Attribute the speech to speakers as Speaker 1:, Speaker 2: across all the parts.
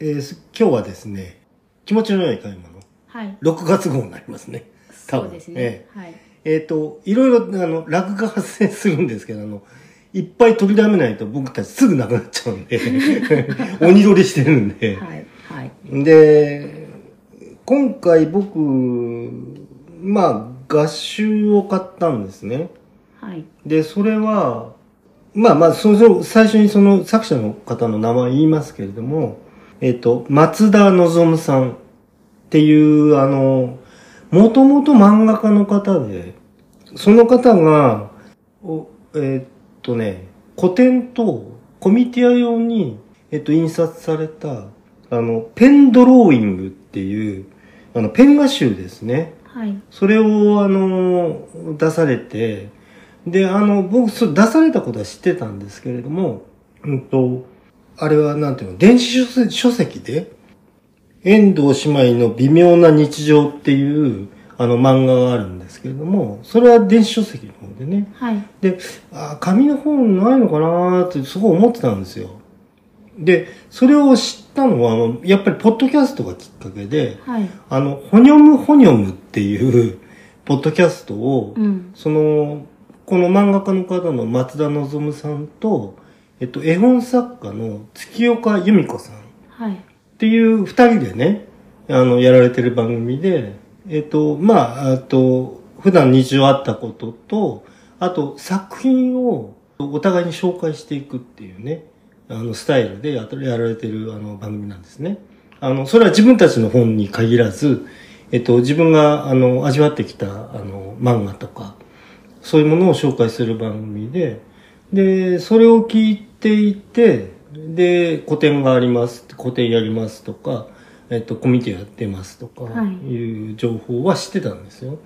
Speaker 1: えーす今日はですね、気持ちの良い買い物、
Speaker 2: はい。
Speaker 1: 6月号になりますね。多
Speaker 2: そ
Speaker 1: 分
Speaker 2: うです
Speaker 1: え
Speaker 2: ね。はい。
Speaker 1: えっ、と、いろいろ、あの、落が発生するんですけど、あの、いっぱい取りだめないと僕たちすぐなくなっちゃうんで、 鬼取りしてるんで。
Speaker 2: はい。はい。
Speaker 1: で、今回僕、まあ、合集を買ったんですね。
Speaker 2: はい。
Speaker 1: で、それは、まあまあ、その最初にその作者の方の名前言いますけれども、えっ、と、松田望さんっていう、あの、もともと漫画家の方で、その方が、おえっ、とね、古典とコミティア用に、えっ、と、印刷された、あの、ペンドローイングっていう、あの、ペン画集ですね。
Speaker 2: はい。
Speaker 1: それを、あの、出されて、で、あの、僕、そう出されたことは知ってたんですけれども、うんと、あれは、なんていうの、電子書籍書籍で、遠藤姉妹の微妙な日常っていう、あの、漫画があるんですけれども、それは電子書籍の方でね。
Speaker 2: はい。
Speaker 1: で、あー紙の本ないのかなーってすごい思ってたんですよ。で、それを知ったのは、あのやっぱりポッドキャストがきっかけで、
Speaker 2: はい。
Speaker 1: あの、ホニョムホニョムっていう、ポッドキャストを、
Speaker 2: うん。
Speaker 1: その、この漫画家の方の松田望さんと、えっと、絵本作家の月岡由美子さんっ
Speaker 2: はい。
Speaker 1: ていう二人でね、あの、やられてる番組で、えっと、まあ、あと、普段日常あったことと、あと、作品をお互いに紹介していくっていうね、あの、スタイルでややられてる、あの、番組なんですね。あの、それは自分たちの本に限らず、えっと、自分が、あの、味わってきた、あの、漫画とか、そういうものを紹介する番組で、で、それを聞いていて、で、個展があります、個展やりますとか、えっと、コミュニティやってますとか、
Speaker 2: はい
Speaker 1: いう情報は知ってたんですよ。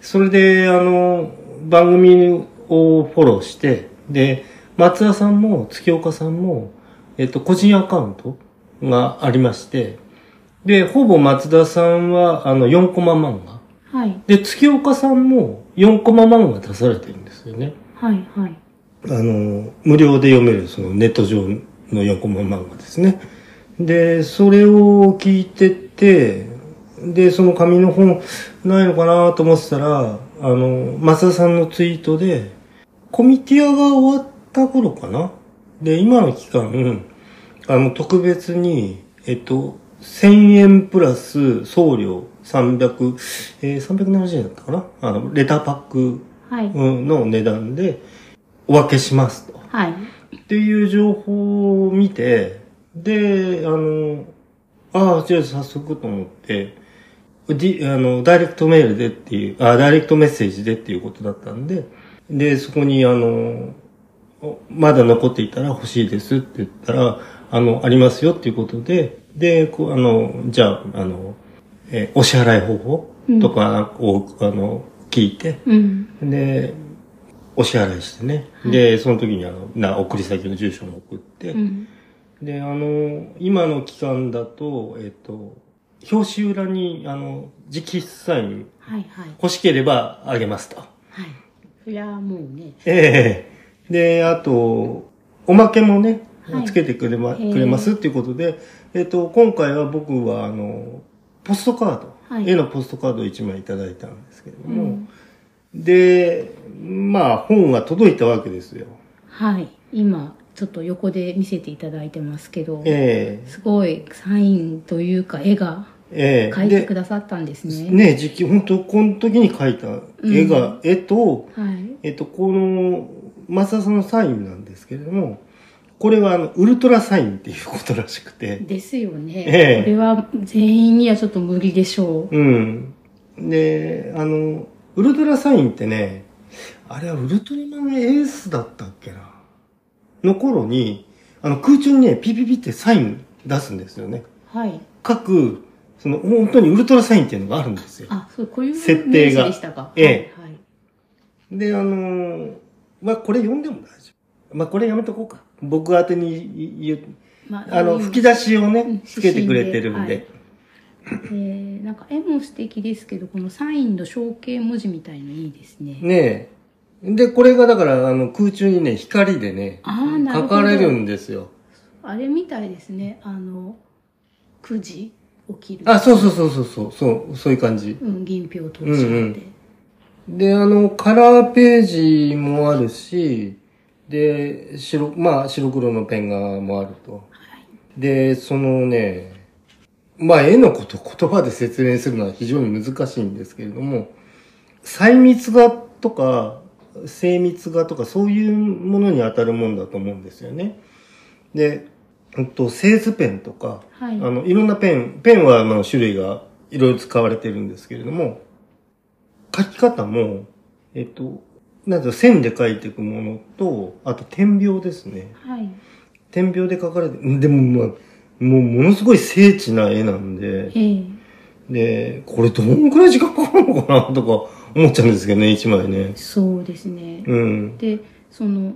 Speaker 1: それで、あの、番組をフォローして、で、松田さんも月岡さんも、えっと、個人アカウントがありまして、で、ほぼ松田さんは、あの、4コマ漫画。
Speaker 2: はい。
Speaker 1: で、月岡さんも4コマ漫画出されてるんですよね。
Speaker 2: はい。はい。
Speaker 1: あの、無料で読める、そのネット上の4コマ漫画ですね。で、それを聞いてて、で、その紙の本ないのかなと思ってたら、あの、松田さんのツイートで、コミティアが終わった頃かなで、今の期間、あの、特別に、えっと、1000円プラス送料300、えー、370円だったかなあの、レターパック
Speaker 2: はい。
Speaker 1: うんの値段でお分けしますと。
Speaker 2: はい。
Speaker 1: っていう情報を見て、で、あの、ああ、じゃあ早速と思って、D、あの、ダイレクトメールでっていう、あダイレクトメッセージでっていうことだったんで、で、そこにあの、おまだ残っていたら欲しいですって言ったら、あの、ありますよっていうことで、で、こうあの、じゃあ、あの、えーお支払い方法とかを、あの、聞いて、
Speaker 2: うん。
Speaker 1: で、お支払いしてね。
Speaker 2: い
Speaker 1: で、その時にあの、な、送り先の住所も送って。
Speaker 2: うん。
Speaker 1: で、あの、今の期間だと、えっと、表紙裏に、あの、直筆サイン
Speaker 2: はい。はい。
Speaker 1: 欲しければあげますと。
Speaker 2: はい。そりゃもうね。
Speaker 1: ええで、あと、おまけもね
Speaker 2: は、い
Speaker 1: つけてくれま、
Speaker 2: へえ
Speaker 1: くれますっていうことで、えっと、今回は僕は、あの、ポストカード、
Speaker 2: はい
Speaker 1: 絵のポストカードを1枚いただいたんですけれど
Speaker 2: う
Speaker 1: も、
Speaker 2: ん。
Speaker 1: で、まあ本が届いたわけですよ。
Speaker 2: はい。今、ちょっと横で見せていただいてますけど、
Speaker 1: え
Speaker 2: すごいサインというか絵が
Speaker 1: えええ
Speaker 2: 描いてくださったんです
Speaker 1: で
Speaker 2: ね。
Speaker 1: ね時期、本当この時に描いた絵が、絵と、
Speaker 2: はい。
Speaker 1: えっと、この、松田さんのサインなんですけれども、これはあの、ウルトラサインっていうことらしくて、
Speaker 2: ですよね。
Speaker 1: ええ
Speaker 2: これは全員にはちょっと無理でしょう。
Speaker 1: うん。で、あの、ウルトラサインってね、あれはウルトラマンエースだったっけな。の頃に、あの、空中にね、ピピピってサイン出すんですよね。
Speaker 2: はい。
Speaker 1: 各、その、本当にウルトラサインっていうのがあるんですよ。
Speaker 2: あ、そう、こういう
Speaker 1: 設定が
Speaker 2: 名詞でしたか。
Speaker 1: え
Speaker 2: はい。はい
Speaker 1: で、あのーまあ、これ読んでも大丈夫。まあ、これやめとこうか。僕宛てに言う、
Speaker 2: ま
Speaker 1: あの、
Speaker 2: うん
Speaker 1: 吹き出しを
Speaker 2: うん
Speaker 1: ね、つけてくれてるん
Speaker 2: 指
Speaker 1: で。
Speaker 2: えーなんか絵も素敵ですけど、このサインの象形文字みたいのいいですね。
Speaker 1: ねえ。で、これがだから、あの、空中にね、光でね、
Speaker 2: ああ、なる
Speaker 1: 書
Speaker 2: ほ
Speaker 1: か
Speaker 2: ど。
Speaker 1: れるんですよ。
Speaker 2: あれみたいですね。あの、 9時起きる。
Speaker 1: あ、そうそうそうそうそう、そう、そういう感じ。
Speaker 2: うん、銀票を取っちゃって。
Speaker 1: うんで、あの、カラーページもあるし、で、白、まあ、白黒のペン画もあると。で、そのね、まあ、絵のこと言葉で説明するのは非常に難しいんですけれども、細密画とか、精密画とか、そういうものに当たるもんだと思うんですよね。で、うんと、製図ペンとか、
Speaker 2: はい。
Speaker 1: あ
Speaker 2: はい。
Speaker 1: の、いろんなペン、ペンはあの種類がいろいろ使われてるんですけれども、書き方も、えっと、なんていうの線で書いていくものと、あと点描ですね。
Speaker 2: はい。
Speaker 1: 点描で書かれて、でもまあ、もうものすごい精緻な絵なんで、
Speaker 2: ええ
Speaker 1: で、これどんくらい時間かかるのかなとか思っちゃうんですけどね、一枚ね。
Speaker 2: そうですね。
Speaker 1: うん。
Speaker 2: で、その、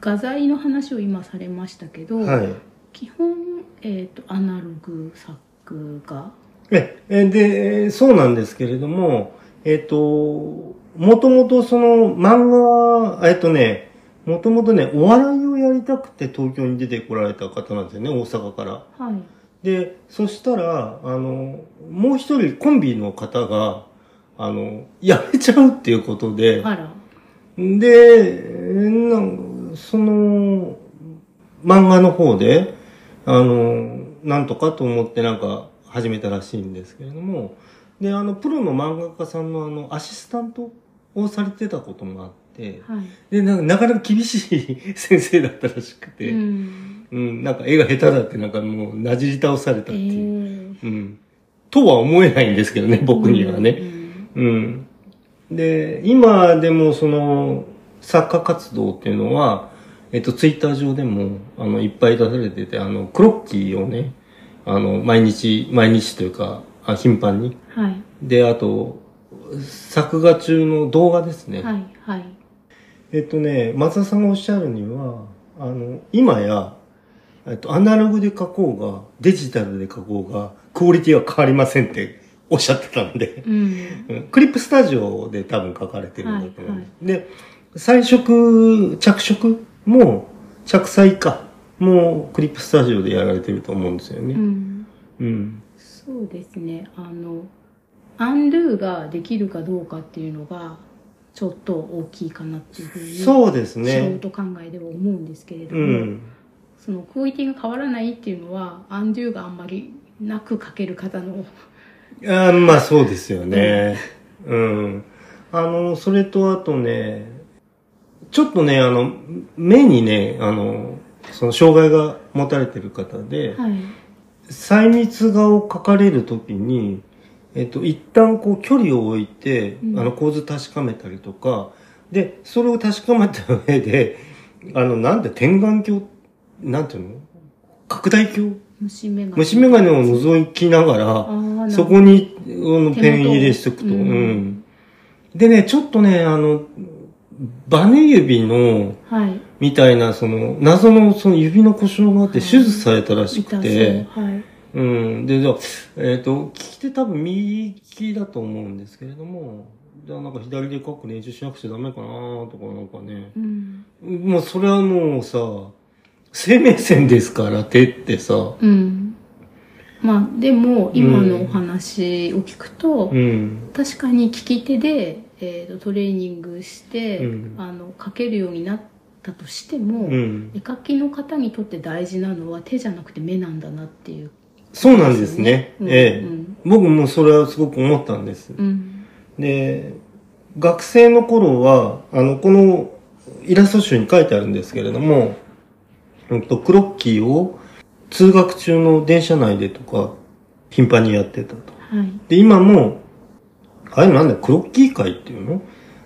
Speaker 2: 画材の話を今されましたけど、
Speaker 1: はい。
Speaker 2: 基本、えっ、と、アナログ作画。
Speaker 1: え、えで、えそうなんですけれども、えっ、と、もともとその漫画は、えっ、とね、もともとね、お笑いをやりたくて東京に出てこられた方なんですよね、大阪から。
Speaker 2: はい。
Speaker 1: で、そしたら、あの、もう一人コンビの方が、あの、やめちゃうっていうことで、
Speaker 2: あら。
Speaker 1: で、なんその、漫画の方で、あの、なんとかと思ってなんか始めたらしいんですけれども、で、あの、プロの漫画家さんのあの、アシスタントをされてたこともあって、
Speaker 2: はい。
Speaker 1: で、なんかなかなか厳しい 先生だったらしくて、う、
Speaker 2: うんん。
Speaker 1: なんか絵が下手だってなんかもうなじり倒されたっていう、
Speaker 2: ええ
Speaker 1: うん。とは思えないんですけどね、僕にはね。
Speaker 2: うん
Speaker 1: うん。で、今でもその、作家活動っていうのは、えっと、ツイッター上でも、あの、いっぱい出されてて、あの、クロッキーをね、あの、毎日、毎日というか、あ頻繁に。
Speaker 2: はい。
Speaker 1: で、あと、作画中の動画ですね。
Speaker 2: はい。はい。
Speaker 1: えっとね、松田さんがおっしゃるには、あの、今や、えっと、アナログで書こうが、デジタルで書こうが、クオリティは変わりませんっておっしゃってたんで。
Speaker 2: うん。
Speaker 1: うんクリップスタジオで多分書かれてるんだと思う、
Speaker 2: はいはい
Speaker 1: で、彩色、着色も、着彩か、もうクリップスタジオでやられてると思うんですよ
Speaker 2: う
Speaker 1: ね。
Speaker 2: ん。
Speaker 1: うん。
Speaker 2: そうですね。あの、アンドゥができるかどうかっていうのが、ちょっと大きいかなっていうふうに、
Speaker 1: そうです
Speaker 2: 素
Speaker 1: ね。
Speaker 2: 人考えでは思うんですけれど
Speaker 1: う
Speaker 2: も、
Speaker 1: ん。
Speaker 2: そのクオリティが変わらないっていうのは、アンドゥがあんまりなく書ける方の、
Speaker 1: あまあそうですよね。うん。あの、それとあとね、ちょっとね、あの、目にね、あの、その障害が持たれてる方で、
Speaker 2: はい。
Speaker 1: 細密画を描かれるときに、えっと、一旦こう距離を置いて、
Speaker 2: うん
Speaker 1: あの構図確かめたりとか、で、それを確かめた上で、 あの、なんで天眼鏡、なんていうの拡大鏡
Speaker 2: 虫眼鏡。
Speaker 1: 虫眼鏡を
Speaker 2: 覗
Speaker 1: 覗きなが
Speaker 2: ああ、
Speaker 1: ら、そ
Speaker 2: なる
Speaker 1: こに、あの、
Speaker 2: 手元を
Speaker 1: ペン入れしておくと、う
Speaker 2: うん
Speaker 1: ん。でね、ちょっとね、あの、バネ指の、
Speaker 2: ほどはい。
Speaker 1: みたいな、その、謎の、その指の故障があって、
Speaker 2: はい
Speaker 1: 手術されたらし
Speaker 2: 痛そ
Speaker 1: く
Speaker 2: う。
Speaker 1: て、
Speaker 2: はい。
Speaker 1: うん。で、じゃあえっ、と、利き手多分右利きだと思うんですけれども、じゃあなんか左で書く練習しなくちゃダメかなとかなんかね。
Speaker 2: うん。
Speaker 1: もうそれはもうさ、生命線ですから、手ってさ。
Speaker 2: うん。まあ、でも、今のお話を聞くと、
Speaker 1: うん。
Speaker 2: 確かに利き手で、えー、とトレーニングして、
Speaker 1: うん
Speaker 2: あの書けるようになったとしても、
Speaker 1: うん。
Speaker 2: 絵描きの方にとって大事なのは手じゃなくて目なんだなっていう、
Speaker 1: そうなんですね。
Speaker 2: うん
Speaker 1: ええ、
Speaker 2: うん
Speaker 1: 僕もそれはすごく思ったんです。
Speaker 2: うん
Speaker 1: で、学生の頃は、あの、このイラスト集に書いてあるんですけれども、うんと、クロッキーを通学中の電車内でとか、頻繁にやってたと。
Speaker 2: はい
Speaker 1: で、今も、あれなんだよ、クロッキー会っていうの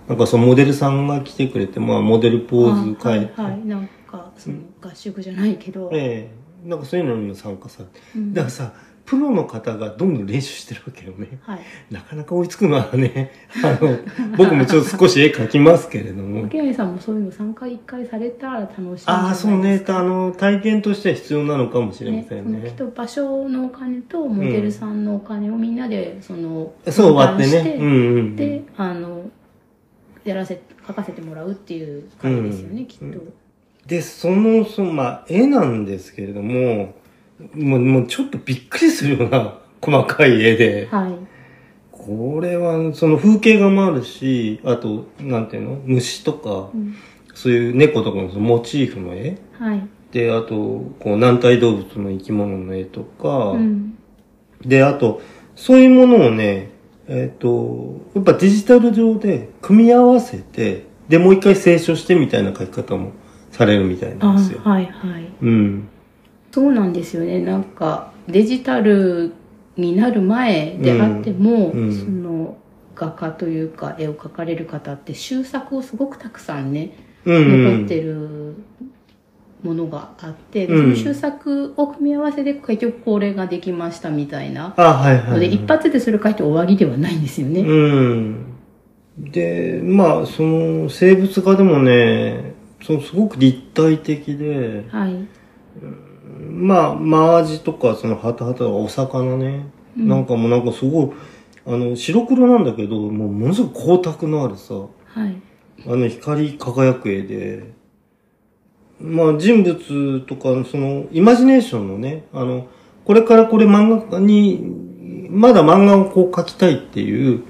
Speaker 1: なんかそのモデルさんが来てくれて、まあモデルポーズ
Speaker 2: あは
Speaker 1: 書い
Speaker 2: い
Speaker 1: て、
Speaker 2: はいなんかその合宿じゃないけど、
Speaker 1: ええなんかそういうのにも参加されて。
Speaker 2: うん
Speaker 1: だからさ、プロの方がどんどん練習してるわけよね。
Speaker 2: はい、
Speaker 1: なかなか追いつくのはね、 あの、僕もちょっと少し絵描きますけれども。
Speaker 2: 竹谷さんもそういうの3回1回されたら楽しいんじゃない
Speaker 1: ああ、
Speaker 2: で
Speaker 1: そう
Speaker 2: す
Speaker 1: ね。
Speaker 2: か
Speaker 1: あの、体験としては必要なのかもしれま
Speaker 2: ね、そ
Speaker 1: せんね。
Speaker 2: のきっと場所のお金とモデルさんのお金をみんなでその、
Speaker 1: そう割って
Speaker 2: 分担し
Speaker 1: ね。うんうんうん。
Speaker 2: で、あのやらせ書かせてもらうっていう感じですよね、
Speaker 1: うん
Speaker 2: きっと、
Speaker 1: で、その、その、まあ、絵なんですけれども、もう、もうちょっとびっくりするような細かい絵で、
Speaker 2: はい。
Speaker 1: これは、その風景画もあるし、あと、なんていうの虫とか
Speaker 2: う、ん
Speaker 1: そういう猫とかのそのモチーフの絵
Speaker 2: はい。
Speaker 1: で、あと、こう、軟体動物の生き物の絵とか、
Speaker 2: うん。
Speaker 1: で、あと、そういうものをね、えっ、と、やっぱデジタル上で組み合わせて、で、もう一回清書してみたいな書き方もされるみたいなん
Speaker 2: あ
Speaker 1: ですよ。
Speaker 2: はいはい。
Speaker 1: うん。
Speaker 2: そうなんですよね。なんかデジタルになる前であっても、
Speaker 1: うんうん
Speaker 2: その画家というか絵を描かれる方って修作をすごくたくさんね、
Speaker 1: うん、うん。
Speaker 2: 残ってるものがあって、
Speaker 1: うん
Speaker 2: その修作を組み合わせで結局これができましたみたいな。
Speaker 1: あ、はいはい、
Speaker 2: ので、一発でそれ書いて終わりではないんですよね。
Speaker 1: うん。で、まあ、その、生物画でもね、そのすごく立体的で、
Speaker 2: はい。
Speaker 1: まあ、マアジとか、その、ハタハタとか、お魚ね、
Speaker 2: うん
Speaker 1: なんかもうなんかすごい、あの、白黒なんだけど、もうものすごく光沢のあるさ、
Speaker 2: はい。
Speaker 1: あの、光り輝く絵で、まあ、人物とか、その、イマジネーションのね、あの、これからこれ漫画に、まだ漫画をこう描きたいっていう、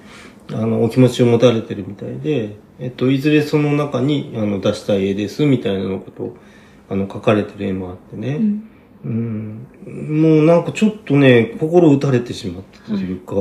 Speaker 1: あの、お気持ちを持たれてるみたいで、えっと、いずれその中に、あの、出したい絵です、みたいなのことを、あの、描かれてる絵もあってね。
Speaker 2: うん
Speaker 1: うん、もうなんかちょっとね、心打たれてしまったというか、
Speaker 2: あ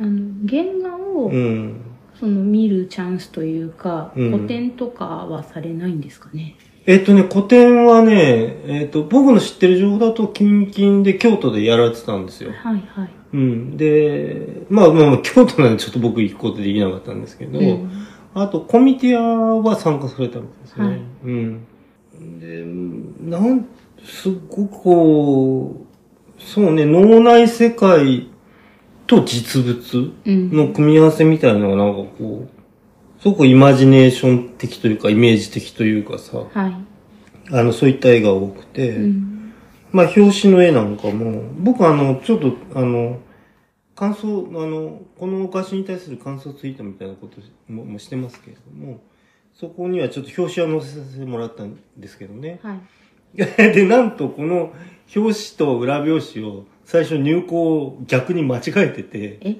Speaker 2: の原画を
Speaker 1: うん。
Speaker 2: その見るチャンスというか、
Speaker 1: うん
Speaker 2: 古典とかはされないんですかね。
Speaker 1: えっとね、古典はね、えっと、僕の知ってる情報だと、近々で京都でやられてたんですよ。
Speaker 2: はいはい。
Speaker 1: うん。で、まあまあまあ、京都なんでちょっと僕行くことできなかったんですけど、
Speaker 2: うん
Speaker 1: あと、コミティアは参加されたんですね。
Speaker 2: はい
Speaker 1: うん。で、なん、すっごくこう、そうね、脳内世界と実物
Speaker 2: うん
Speaker 1: の組み合わせみたいなのがなんかこう、すごくイマジネーション的というか、イメージ的というかさ、
Speaker 2: はい。
Speaker 1: あの、そういった絵が多くて、
Speaker 2: うん
Speaker 1: まあ、表紙の絵なんかも、僕あの、ちょっと、あの、感想、あの、このお菓子に対する感想ツイートみたいなことももしてますけれども、そこにはちょっと表紙は載せさせてもらったんですけどね。
Speaker 2: はい。
Speaker 1: で、なんとこの表紙と裏表紙を最初入稿を逆に間違えてて、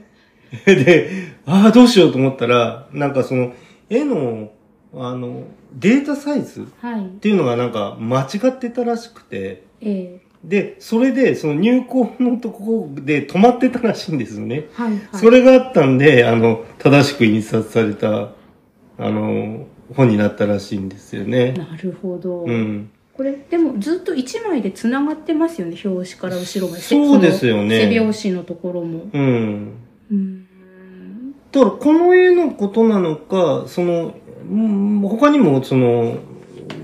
Speaker 2: え
Speaker 1: で、ああ、どうしようと思ったら、なんかその、絵の、あの、データサイズっ
Speaker 2: はい。
Speaker 1: ていうのがなんか間違ってたらしくて、
Speaker 2: え
Speaker 1: で、それで、その入稿のとこで止まってたらしいんですよね。
Speaker 2: ーはいはい。
Speaker 1: それがあったんで、あの、正しく印刷された、あの、本になったらしいんですよね。
Speaker 2: なるほど。
Speaker 1: うん。
Speaker 2: これ、でもずっと一枚で繋がってますよね、表紙から後ろまで。
Speaker 1: そうですよね
Speaker 2: その背表紙のところも。
Speaker 1: うん。
Speaker 2: うん。
Speaker 1: だから、この絵のことなのか、その、うん他にも、その、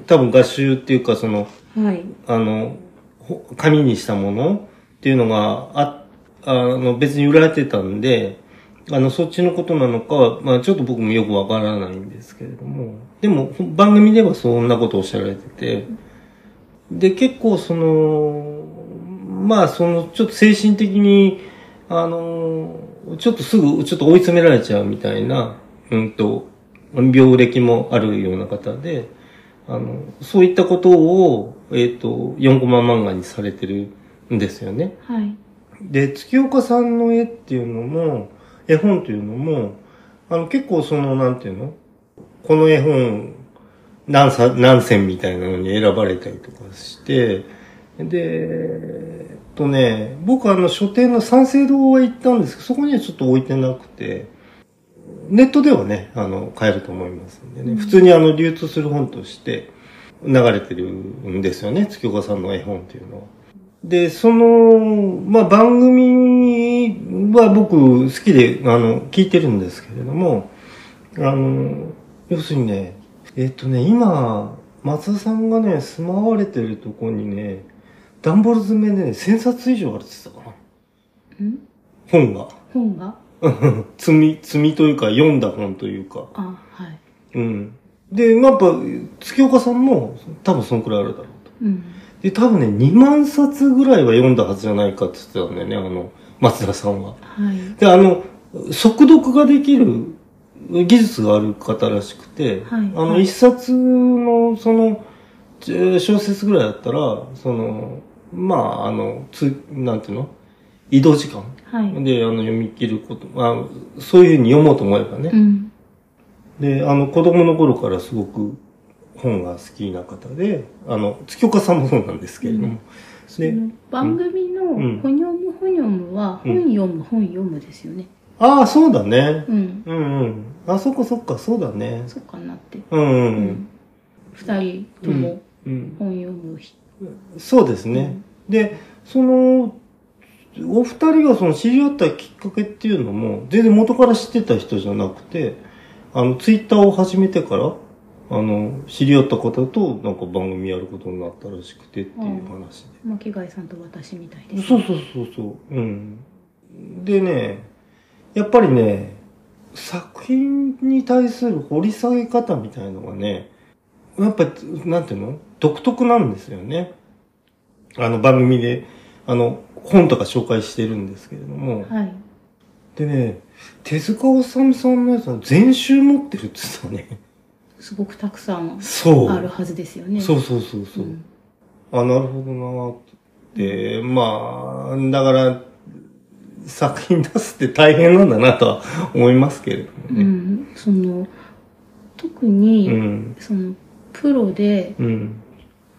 Speaker 1: 多分画集っていうか、その、
Speaker 2: はい。
Speaker 1: あの、ほ紙にしたものっていうのがあ、あの、別に売られてたんで、あの、そっちのことなのかは、まあちょっと僕もよくわからないんですけれども、でもほ番組ではそんなことをおっしゃられてて、で、結構その、まあその、ちょっと精神的に、あの、ちょっとすぐ、ちょっと追い詰められちゃうみたいな、うんと、病歴もあるような方で、あの、そういったことを、えっ、と、4コマ漫画にされてるんですよね。
Speaker 2: はい。
Speaker 1: で、月岡さんの絵っていうのも、絵本というのも、あの、結構その、なんていうのこの絵本、何さ、何選みたいなのに選ばれたりとかして、で、えっとね、僕あの書店の三省堂は行ったんですけど、そこにはちょっと置いてなくて、ネットではね、あの、買えると思いますんでね、
Speaker 2: うん
Speaker 1: 普通にあの、流通する本として流れてるんですよね、月岡さんの絵本っていうのは。で、その、まあ、番組は僕好きで、あの、聞いてるんですけれども、あの、要するにね、えっとね、今、松田さんがね、住まわれてるとこにね、段ボール詰めでね、1000冊以上あるって言ってたかな。
Speaker 2: ん
Speaker 1: 本が。
Speaker 2: 本が
Speaker 1: うん 積み、積みというか、読んだ本というか。
Speaker 2: あ、はい。
Speaker 1: うん。で、やっぱ、月岡さんも、多分そのくらいあるだろうと。
Speaker 2: うん。
Speaker 1: で、多分ね、2万冊ぐらいは読んだはずじゃないかって言ってたんだよね、あの、松田さんは。
Speaker 2: はい。
Speaker 1: で、あの、速読ができる技術がある方らしくて、
Speaker 2: はい
Speaker 1: あの、
Speaker 2: はい
Speaker 1: 一冊の、その、じゅ小説ぐらいだったら、その、まあ、あの、つ、なんていうの移動時間
Speaker 2: はい。
Speaker 1: で、あの、読み切ること、まあ、そういうふうに読もうと思えばね
Speaker 2: う。ん。
Speaker 1: で、あの、子供の頃からすごく本が好きな方で、あの、月岡さんもそうなんですけれども。
Speaker 2: そ
Speaker 1: で、
Speaker 2: の番組の
Speaker 1: ん
Speaker 2: 「ほにょむほにょむ」は「
Speaker 1: うん
Speaker 2: 本読む本読む」ですよね。
Speaker 1: ああ、そうだね。
Speaker 2: うん。
Speaker 1: うんうん。あ、そっかそっか、そうだね。
Speaker 2: そうかなって。
Speaker 1: うんう
Speaker 2: うんん。二人とも
Speaker 1: うん。うん、
Speaker 2: 本読む日。
Speaker 1: そうですね。で、その、お二人がその知り合ったきっかけっていうのも、全然元から知ってた人じゃなくて、あの、ツイッターを始めてから、あの、知り合った方となんか番組やることになったらしくてっていう話で。
Speaker 2: まあ、けがいさんと私みたいです。
Speaker 1: そうそうそうそう。うん。でね、やっぱりね、作品に対する掘り下げ方みたいのがね、やっぱ、なんていうの独特なんですよね。あの番組で、あの、本とか紹介してるんですけれども。
Speaker 2: はい。
Speaker 1: でね、手塚治虫さんのやつは全集持ってるって言ってたね。
Speaker 2: すごくたくさん
Speaker 1: そう。
Speaker 2: あるはずですよね。
Speaker 1: そうそうそうそう。
Speaker 2: ん
Speaker 1: あ、なるほどなって。まあ、だから、作品出すって大変なんだなとは思いますけれども
Speaker 2: う
Speaker 1: ね。
Speaker 2: ん、その特に、
Speaker 1: うん。
Speaker 2: そのプロで
Speaker 1: うん。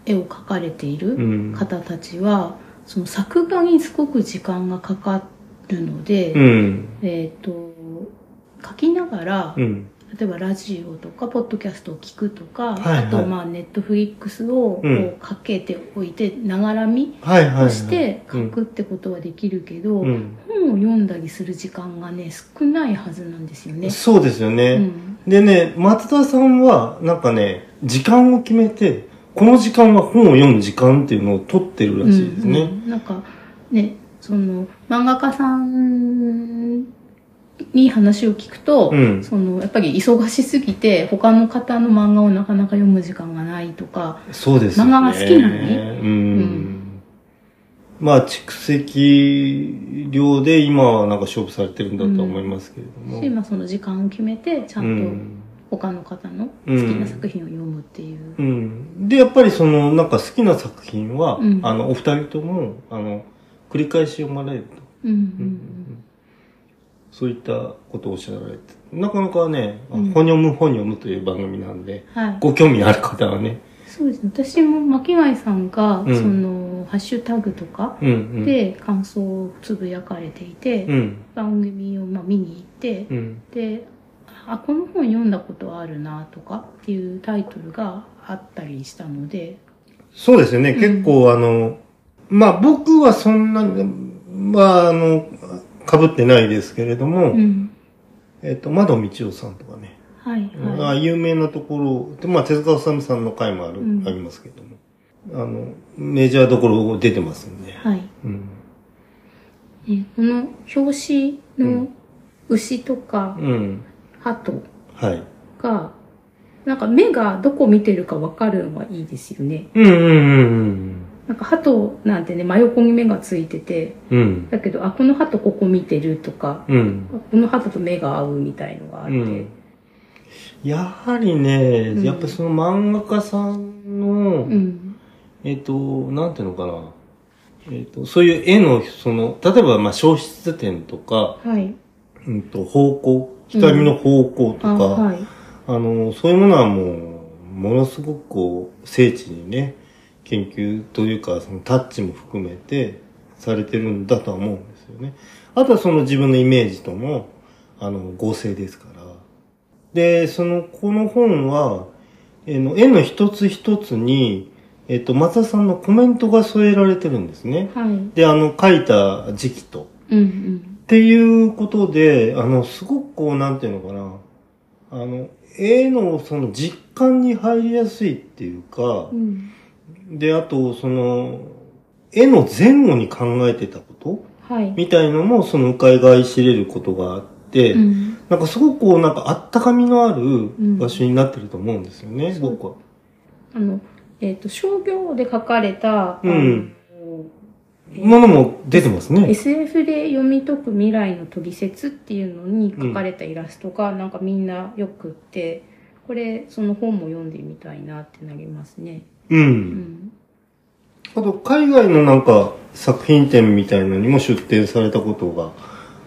Speaker 2: 絵を描かれていうる
Speaker 1: ん。
Speaker 2: 方たちは、その作画にすごく時間がかかるので、
Speaker 1: うん。
Speaker 2: えっ、と描きながら、
Speaker 1: うん。
Speaker 2: 例えばラジオとかポッドキャストを聞くとか、
Speaker 1: はいはい
Speaker 2: あとまあネットフリックスをこ
Speaker 1: うん
Speaker 2: うかけておいてながら見
Speaker 1: はいはい、は
Speaker 2: を
Speaker 1: い。
Speaker 2: して描くってことはできるけど、
Speaker 1: うん。
Speaker 2: 本を読んだりする時間がね少ないはずなんですよね。
Speaker 1: そうですよ
Speaker 2: う
Speaker 1: ね、
Speaker 2: ん
Speaker 1: でね、松田さんは、なんかね、時間を決めて、この時間は本を読む時間っていうのを取ってるらしいですね。
Speaker 2: うんうんなんかねその漫画家さんに話を聞くと、
Speaker 1: うん
Speaker 2: そのやっぱり忙しすぎて他の方の漫画をなかなか読む時間がないとか、
Speaker 1: そうです
Speaker 2: 漫画が好きなのに
Speaker 1: うん。
Speaker 2: ん
Speaker 1: まあ、蓄積量で今はなんか勝負されてるんだとは思いますけれども。
Speaker 2: しまあその時間を決めてちゃ
Speaker 1: うんん。
Speaker 2: と他の方の好きな作品を読むっていう、
Speaker 1: うん。で、やっぱりその、なんか好きな作品は、
Speaker 2: うん
Speaker 1: あの、お二人とも、あの、繰り返し読まれると。
Speaker 2: うん
Speaker 1: う
Speaker 2: うんん
Speaker 1: そういったことをおっしゃられて。なかなかね、あ
Speaker 2: うん
Speaker 1: ほにょむほにょむという番組なんで、
Speaker 2: うんはい
Speaker 1: ご興味ある方はね。
Speaker 2: そうですね私も巻貝さんが、
Speaker 1: うん
Speaker 2: そのハッシュタグとか
Speaker 1: うん、うん。、
Speaker 2: で感想をつぶやかれていて、
Speaker 1: うん。
Speaker 2: 番組をまあ見に行って、
Speaker 1: うん。
Speaker 2: であこの本読んだことあるなとかっていうタイトルがあったりしたので
Speaker 1: そうですよね。
Speaker 2: うん
Speaker 1: 結構、あの、まあ僕はそんなに、まああの、被ってないですけれども、
Speaker 2: うん
Speaker 1: えっと、窓道夫さんとかね、
Speaker 2: はい
Speaker 1: まあ
Speaker 2: はい
Speaker 1: 有名なところ、でまあ手塚治虫さんの回もある、
Speaker 2: うん
Speaker 1: ありますけども、あの、メジャーどころ出てますんで。
Speaker 2: はい、
Speaker 1: うん。
Speaker 2: ねこの表紙の牛とか
Speaker 1: うん。
Speaker 2: 鳩
Speaker 1: はい。
Speaker 2: がなんか目がどこ見てるかわかるのはいいですよね
Speaker 1: うんうんうん
Speaker 2: なんか鳩なんてね真横に目がついてて
Speaker 1: うん。うん。
Speaker 2: だけどあこの鳩ここ見てるとか
Speaker 1: うん。
Speaker 2: あこの鳩と目が合うみたいのがあっ
Speaker 1: う
Speaker 2: て、
Speaker 1: ん。やはりね、
Speaker 2: うん
Speaker 1: やっぱその漫画家さんの、
Speaker 2: うん
Speaker 1: えっ、と、なんていうのかな。えっ、と、そういう絵の、その、例えば、まあ、消失点とか、
Speaker 2: はい
Speaker 1: うんと、方向、瞳の方向とか、
Speaker 2: あはい
Speaker 1: あの、そういうものはもう、ものすごくこう、精緻にね、研究というか、そのタッチも含めて、されてるんだとは思うんですよね。あとはその自分のイメージとの、あの、合成ですから。で、その、この本は、えの、絵の一つ一つに、えっと、松田さんのコメントが添えられてるんですね。
Speaker 2: はいうん
Speaker 1: で、あの、書いた時期と、
Speaker 2: うん
Speaker 1: っていうことで、あの、すごくこう、なんていうのかな。あの、絵のその実感に入りやすいっていうか
Speaker 2: う、ん
Speaker 1: で、あと、その、絵の前後に考えてたこと
Speaker 2: はい。
Speaker 1: みたいのも、その、伺いがい知れることがあって、
Speaker 2: うん
Speaker 1: なんかすごくこう、なんかあったかみのある
Speaker 2: ん
Speaker 1: 場所になってると思うんですよね、
Speaker 2: そう
Speaker 1: 僕は。
Speaker 2: あの、えっ、と、商業で書かれた、
Speaker 1: うん
Speaker 2: あの
Speaker 1: ものも出てますね。
Speaker 2: SF で読み解く未来の取説っていうのに書かれたイラストが、なんかみんなよくって、これ、その本も読んでみたいなってなりますね。
Speaker 1: う。
Speaker 2: うんん。
Speaker 1: あと、海外のなんか作品展みたいのにも出展されたことが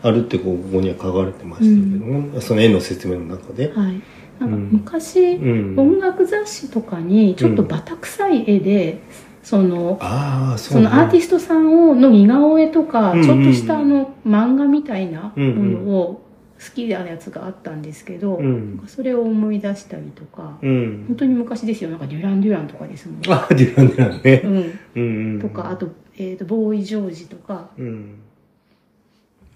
Speaker 1: あるってこうここには書かれてましたけどね。その絵の説明の中で。
Speaker 2: はい、なんか
Speaker 1: うん
Speaker 2: 昔、
Speaker 1: うん。
Speaker 2: 音楽雑誌とかにちょっとバタ臭い絵で、その
Speaker 1: ああ、そ、
Speaker 2: そう
Speaker 1: ね、
Speaker 2: のアーティストさんをの似顔絵とか、
Speaker 1: うんうん
Speaker 2: ちょっとしたあの漫画みたいな
Speaker 1: うん
Speaker 2: も
Speaker 1: うん
Speaker 2: のを好きなやつがあったんですけど、
Speaker 1: うん。
Speaker 2: それを思い出したりとか、
Speaker 1: うん
Speaker 2: 本。当に昔ですよなんかデュラン・デュランとかですもんね、
Speaker 1: あ、デュランデュランね。
Speaker 2: うん、
Speaker 1: うんうん。
Speaker 2: とかあと,、えー、とボーイ・ジョージとか
Speaker 1: うん。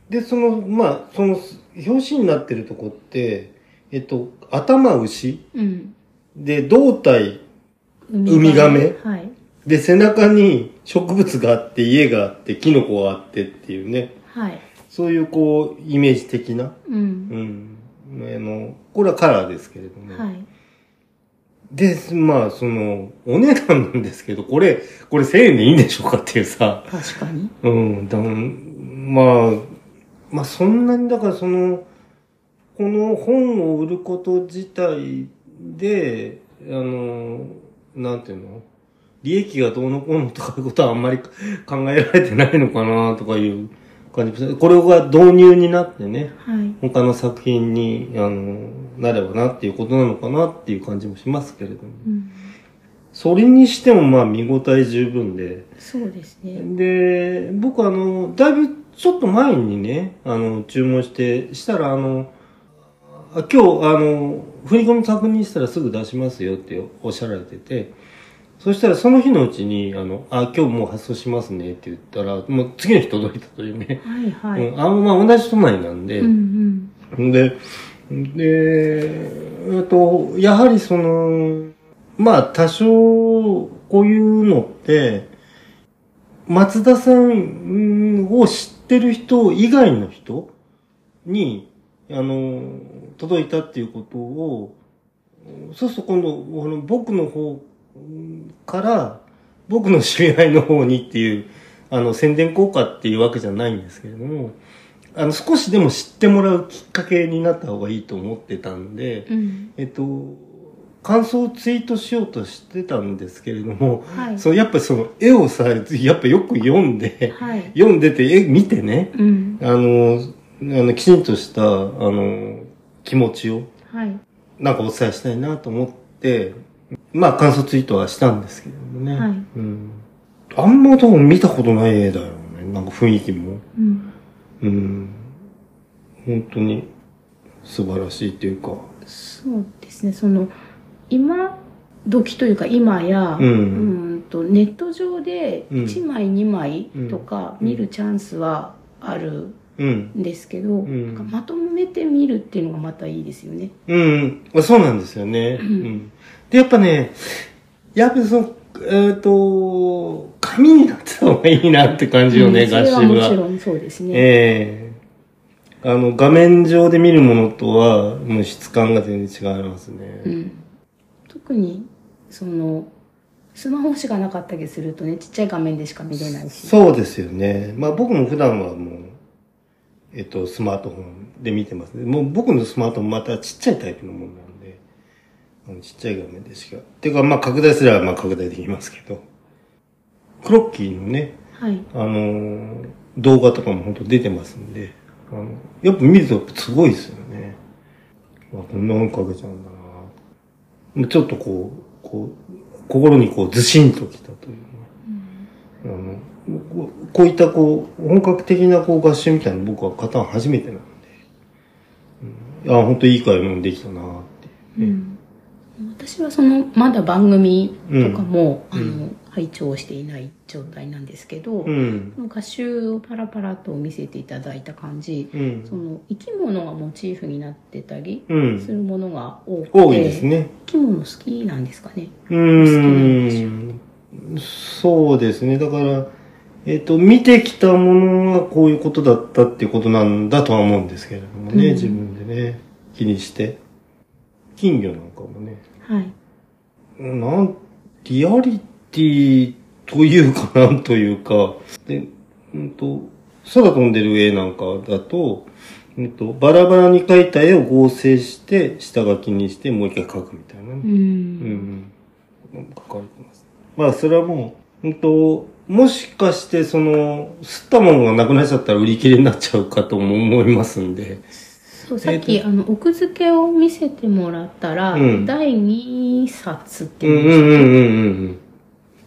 Speaker 1: で、その、まあ、その、表紙になってるとこって、えっと、頭牛
Speaker 2: うん
Speaker 1: で、胴体ウミ
Speaker 2: はい
Speaker 1: で、背中に植物があって、家があって、キノコがあってっていうね、
Speaker 2: はい
Speaker 1: そういうこう、イメージ的な、
Speaker 2: うん、
Speaker 1: うん。あの、これはカラーですけれども。
Speaker 2: はい
Speaker 1: で、まあ、その、お値段なんですけど、これ、これ1000円でいいんでしょうかっていうさ。
Speaker 2: 確かに
Speaker 1: うん、だまあ、まあそんなに、だからその、この本を売ること自体で、あの、なんていうの利益がどうのこうのとかいうことはあんまり考えられてないのかなとかいう感じ。これが導入になってね、
Speaker 2: はい
Speaker 1: 他の作品に、あの、なればなっていうことなのかなっていう感じもしますけれども。
Speaker 2: うん
Speaker 1: それにしてもまあ見応え十分で、
Speaker 2: そうですね。
Speaker 1: で、僕あの、だいぶちょっと前にね、あの、注文して、したらあの、あ今日あの、振り込み確認したらすぐ出しますよっておっしゃられてて、そしたらその日のうちに、あの、あ、今日もう発送しますねって言ったら、もう次の日届いたというね。
Speaker 2: はいはい。
Speaker 1: うん、あまあ同じ都内なんで、
Speaker 2: うん
Speaker 1: で、で、えっと、やはりその、まあ多少こういうのって、松田さんうんを知ってる人以外の人に、あの、届いたっていうことを、そうすると今度、この僕の方うんから、僕の知り合いの方にっていう、あの、宣伝効果っていうわけじゃないんですけれども、あの、少しでも知ってもらうきっかけになった方がいいと思ってたんで、
Speaker 2: うん。うん。
Speaker 1: えっと、感想をツイートしようとしてたんですけれども、
Speaker 2: はい。
Speaker 1: そう、やっぱその絵をさ、やっぱよく読んで、
Speaker 2: はい。
Speaker 1: 読んでて、絵見てね、
Speaker 2: うん。
Speaker 1: あの、あの、きちんとした、あの、気持ちを、
Speaker 2: はい。
Speaker 1: なんかお伝えしたいなと思って、まあ、感想ツイートはしたんですけれどもね。
Speaker 2: はい
Speaker 1: うん。あんま多分見たことない絵だよね。なんか雰囲気も。
Speaker 2: うん。
Speaker 1: うん。本当に素晴らしいっていうか。
Speaker 2: そうですね。その、今時というか今や、
Speaker 1: う。
Speaker 2: うんんとネット上で
Speaker 1: うん
Speaker 2: 1枚2枚とか
Speaker 1: うん
Speaker 2: 見るチャンスはある
Speaker 1: うん。
Speaker 2: んですけど、
Speaker 1: ん
Speaker 2: なんかまとめて見るっていうのがまたいいですよね。
Speaker 1: うん。あそうなんですよね。うんん。で、やっぱね、やっぱりその、えっ、と、紙になってた方がいいなって感じよね、
Speaker 2: うんそ
Speaker 1: 合
Speaker 2: れは
Speaker 1: 集
Speaker 2: もち
Speaker 1: が。
Speaker 2: ろんそうですね。
Speaker 1: ええあの、画面上で見るものとは、もう質感が全然違いますね。
Speaker 2: うん、特にそのスマホしかなかったりするとねちっちゃい画面でしか見れないし
Speaker 1: そうですよね。まあ僕も普段はもう、えっと、スマートフォンで見てます、ね。もう僕のスマートフォンまたちっちゃいタイプのものなんで、あのちっちゃい画面でしか。てかまあ拡大すればまあ拡大できますけど、クロッキーのね、
Speaker 2: はい
Speaker 1: あのー動画とかも本当出てますんで、あの、やっぱ見るとすごいですよね。あ、こんな本書けちゃうんだなもうちょっとこう、こう、心にこうずしんときたというかあの、こうこういったこう、本格的なこう合集みたいなの僕は型は初めてなんで、うん、あ本当いい買い物できたなって。
Speaker 2: うん私はそのまだ番組とかも、
Speaker 1: うん
Speaker 2: あの
Speaker 1: う
Speaker 2: 拝聴していない状態なんですけど、
Speaker 1: うん。
Speaker 2: 合集をパラパラと見せていただいた感じ
Speaker 1: うん
Speaker 2: そ。の生き物がモチーフになってたり
Speaker 1: う
Speaker 2: す
Speaker 1: ん。
Speaker 2: るものが多くて、
Speaker 1: 多いですね。
Speaker 2: 生き物好きなんですかね
Speaker 1: うーん。そうですね。だから、えっ、と、見てきたものはこういうことだったっていうことなんだとは思うんですけれどもね、
Speaker 2: うん
Speaker 1: 自分でね、気にして。金魚なんかもね、
Speaker 2: はい
Speaker 1: なん、リアリティというかなんというか、で、うんと、空飛んでる絵なんかだと、うんと、バラバラに描いた絵を合成して、下書きにしてもう一回描くみたいなね。
Speaker 2: うん
Speaker 1: うん、うん。書かれてます。まあ、それはもう、うんと、もしかして、その、吸ったものがなくなっちゃったら売り切れになっちゃうかとも思いますんで。
Speaker 2: そうさっき、あの奥付けを見せてもらったら、
Speaker 1: うん
Speaker 2: 第2冊って
Speaker 1: うん
Speaker 2: いううんです
Speaker 1: んうんうん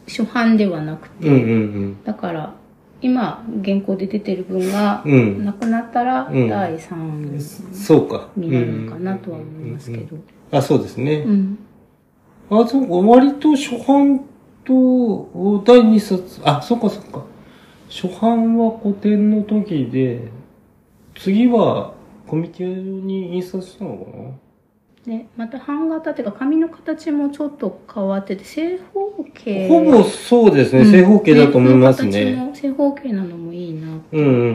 Speaker 2: 初版ではなくて、
Speaker 1: うん。うんうん
Speaker 2: だから今原稿で出てる分が
Speaker 1: うん。うん。
Speaker 2: なくなったら
Speaker 1: うん
Speaker 2: 第3
Speaker 1: そうか。
Speaker 2: になるのかなとは思いますけ
Speaker 1: うんうんうん
Speaker 2: ど、
Speaker 1: うん。あ、そうです
Speaker 2: う
Speaker 1: ね。
Speaker 2: ん、
Speaker 1: あ、そうか。割と初版と第2冊、あ、そうかそうか。初版は古典の時で、次はコミケ用に印刷したのかな
Speaker 2: でまた版型っていうか紙の形もちょっと変わってて正方形
Speaker 1: ほぼそうですね、
Speaker 2: うん
Speaker 1: 正方形だと思います
Speaker 2: ねこ
Speaker 1: ね。
Speaker 2: の形も正方形なのもいいな、
Speaker 1: うんうんう。
Speaker 2: うん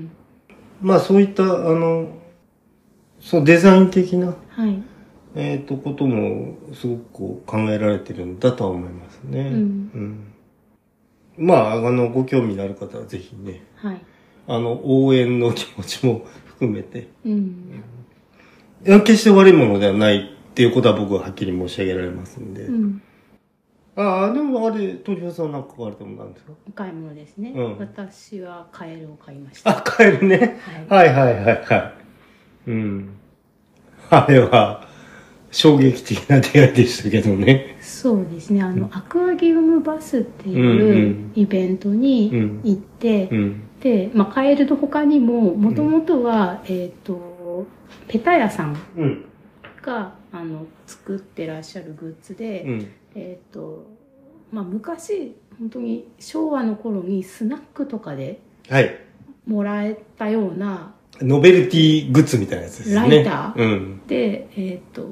Speaker 2: ん、
Speaker 1: まあそういった、あの、そうデザイン的な、
Speaker 2: はい、
Speaker 1: えっ、と、こともすごくこう考えられてるんだとは思いますね。
Speaker 2: うん
Speaker 1: うんまあ、あの、ご興味のある方はぜひね、
Speaker 2: はい、
Speaker 1: あの、応援の気持ちも含めて、
Speaker 2: うん、
Speaker 1: いや決して悪いものではないっていうことは僕ははっきり申し上げられますんで。
Speaker 2: うん、
Speaker 1: ああ、でもあれ、鳥羽さんなんか買われたものなんですか
Speaker 2: お買い物ですね、
Speaker 1: うん
Speaker 2: 私はカエルを買いました、は
Speaker 1: あ、買えるね。
Speaker 2: い、
Speaker 1: はいはいはいはい。うん。あれは、衝撃的な出会いでしたけどね。
Speaker 2: そうですねあの、アクアギウムバスっ
Speaker 1: う
Speaker 2: て
Speaker 1: ん
Speaker 2: いうイベント
Speaker 1: う
Speaker 2: に
Speaker 1: ん。
Speaker 2: 行って、
Speaker 1: うん。
Speaker 2: で、まあ、カエルの他にももともとは、えっ、とペタヤさん
Speaker 1: うん。
Speaker 2: があの作ってらっしゃるグッズで、
Speaker 1: うん。
Speaker 2: えっ、とまあ昔本当に昭和の頃にスナックとかで
Speaker 1: はい。
Speaker 2: もらえたような
Speaker 1: ノベルティグッズみたいなやつですね。
Speaker 2: ライター
Speaker 1: うん。
Speaker 2: で、えっと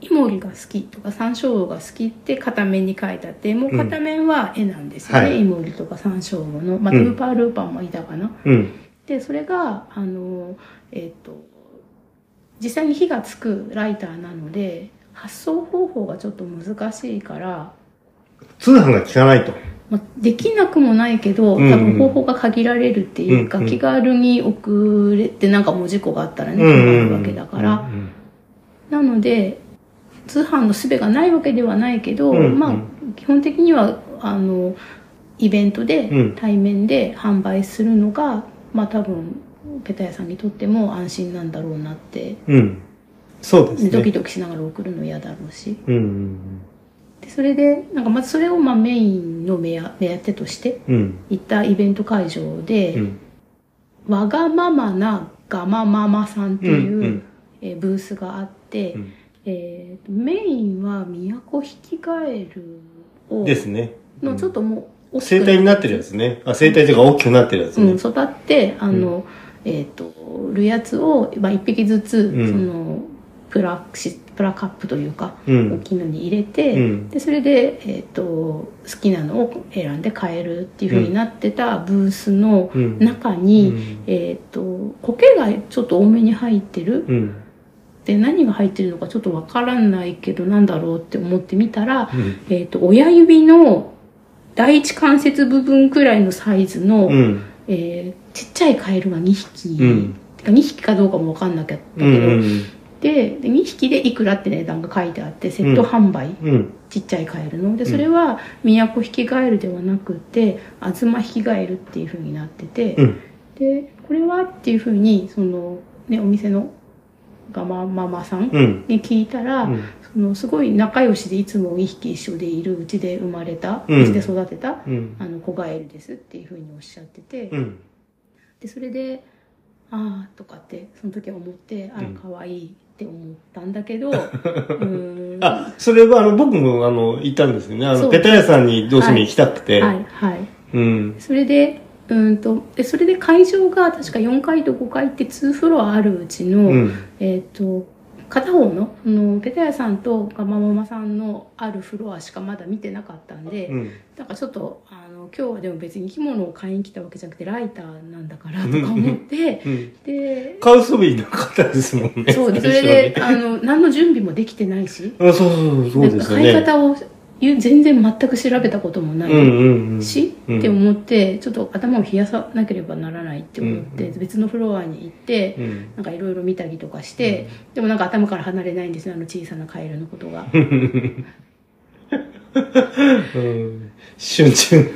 Speaker 2: イモリが好きとか山椒魚が好きって片面に書いてあってもう片面は絵なんですよね、
Speaker 1: はい
Speaker 2: イモリとか山椒魚の、まあ、
Speaker 1: う
Speaker 2: ル
Speaker 1: ん
Speaker 2: ーパールーパーもいたかな、
Speaker 1: うん。
Speaker 2: でそれがあの、えっと実際に火がつくライターなので発送方法がちょっと難しいから、
Speaker 1: 通販が効かないと。
Speaker 2: まあ、できなくもないけど多
Speaker 1: うんうん
Speaker 2: 分方法が限られるっていうか、
Speaker 1: うんうん
Speaker 2: 気軽に送れってなんかもう事故があったらね
Speaker 1: うんうんうん
Speaker 2: 困るわけだから、
Speaker 1: うん
Speaker 2: なので通販の術がないわけではないけど、
Speaker 1: うんうん
Speaker 2: まあ基本的にはあのイベント
Speaker 1: う
Speaker 2: で
Speaker 1: ん
Speaker 2: 対面で販売するのが、まあ多分ペタ屋さんにとっても安心なんだろうなって、
Speaker 1: うん。そうですね。
Speaker 2: ドキドキしながら送るの嫌だろうし
Speaker 1: うんうん
Speaker 2: でそれでなんかまずそれをまあメインの目や目当てとして
Speaker 1: うん。うん。
Speaker 2: 行ったイベント会場で、
Speaker 1: うん。
Speaker 2: わがままなガマママさんっていう、
Speaker 1: うんうん
Speaker 2: えーブースがあって、
Speaker 1: うん
Speaker 2: えーとメインは都引き換えるを
Speaker 1: ですね。
Speaker 2: のちょっともう大きく
Speaker 1: 生体になってるやつね。あ、生体というか大きくなってるやつ
Speaker 2: うん、
Speaker 1: ね。
Speaker 2: 育ってあの、えっ、とるやつを、まあ、1匹ずつ、
Speaker 1: うん
Speaker 2: そのプラシプラカップというか、
Speaker 1: う
Speaker 2: 大
Speaker 1: ん。
Speaker 2: きいのに入れて、
Speaker 1: うん
Speaker 2: でそれで、えっと好きなのを選んで買えるっていうふうになってたブースの
Speaker 1: うん。
Speaker 2: 中
Speaker 1: う
Speaker 2: に、
Speaker 1: ん。
Speaker 2: えっ、と苔がちょっと多めに入ってる
Speaker 1: うん。
Speaker 2: で何が入ってるのかちょっとわからないけどなんだろうって思ってみたら、
Speaker 1: うん
Speaker 2: えっと親指の第一関節部分くらいのサイズの、
Speaker 1: うん。
Speaker 2: えーちっちゃいカエルが2匹、
Speaker 1: うん
Speaker 2: てか2匹かどうかもわかんなかった
Speaker 1: う
Speaker 2: けど、
Speaker 1: ん。うん
Speaker 2: でで2匹でいくらって値段が書いてあってセット販売、
Speaker 1: うん。
Speaker 2: ちっちゃいカエルのでそれは都ヒキガエルではなくて東ヒキガエルっていう風になってて、
Speaker 1: うん
Speaker 2: でこれはっていう風にその、ね、お店のガマママさん
Speaker 1: うん。
Speaker 2: に聞いたら、
Speaker 1: うん
Speaker 2: そのすごい仲良しでいつも2匹一緒でいるうちで生まれた
Speaker 1: うん
Speaker 2: うちで育てた、
Speaker 1: うん。
Speaker 2: あの子ガエルですっていう風におっしゃってて、
Speaker 1: うん。
Speaker 2: でそれで「ああ」とかってその時は思って「あ
Speaker 1: うん
Speaker 2: ら可愛いって思ったんだけ どうーんは
Speaker 1: あ、それは、あの、僕も、あの、行ったんですよね。あ
Speaker 2: そ
Speaker 1: の、
Speaker 2: う
Speaker 1: ペタ屋さんにどうしても行きたくて。
Speaker 2: いはい。
Speaker 1: うん。
Speaker 2: それでうーんとでそれで会場が確か4階と5階って2フロアあるうちの、
Speaker 1: うん。
Speaker 2: えっ、と片方のそのペタ屋さんとガマママさんのあるフロアしかまだ見てなかったんで、
Speaker 1: うん。
Speaker 2: なんかちょっとあの今日はでも別に着物を買いに来たわけじゃなくてライターなんだからとか思って
Speaker 1: うん。
Speaker 2: で
Speaker 1: 買う素振りなかったですもんね。
Speaker 2: そうでそれで、あの何の準備もできてないし、
Speaker 1: 最初はね。あそうそうそう、そう
Speaker 2: なん
Speaker 1: で
Speaker 2: か
Speaker 1: すよ
Speaker 2: 買い
Speaker 1: ね。
Speaker 2: 方を言う全然全く調べたこともない、
Speaker 1: うんうんうん。
Speaker 2: し、
Speaker 1: うん
Speaker 2: って思ってちょっと頭を冷やさなければならないって思って、
Speaker 1: うんう
Speaker 2: 別のフロアに行って、
Speaker 1: うん。
Speaker 2: なんかいろいろ見たりとかして、でもなんか頭から離れないんですねあの小さなカエルのことが。
Speaker 1: うん。瞬巡、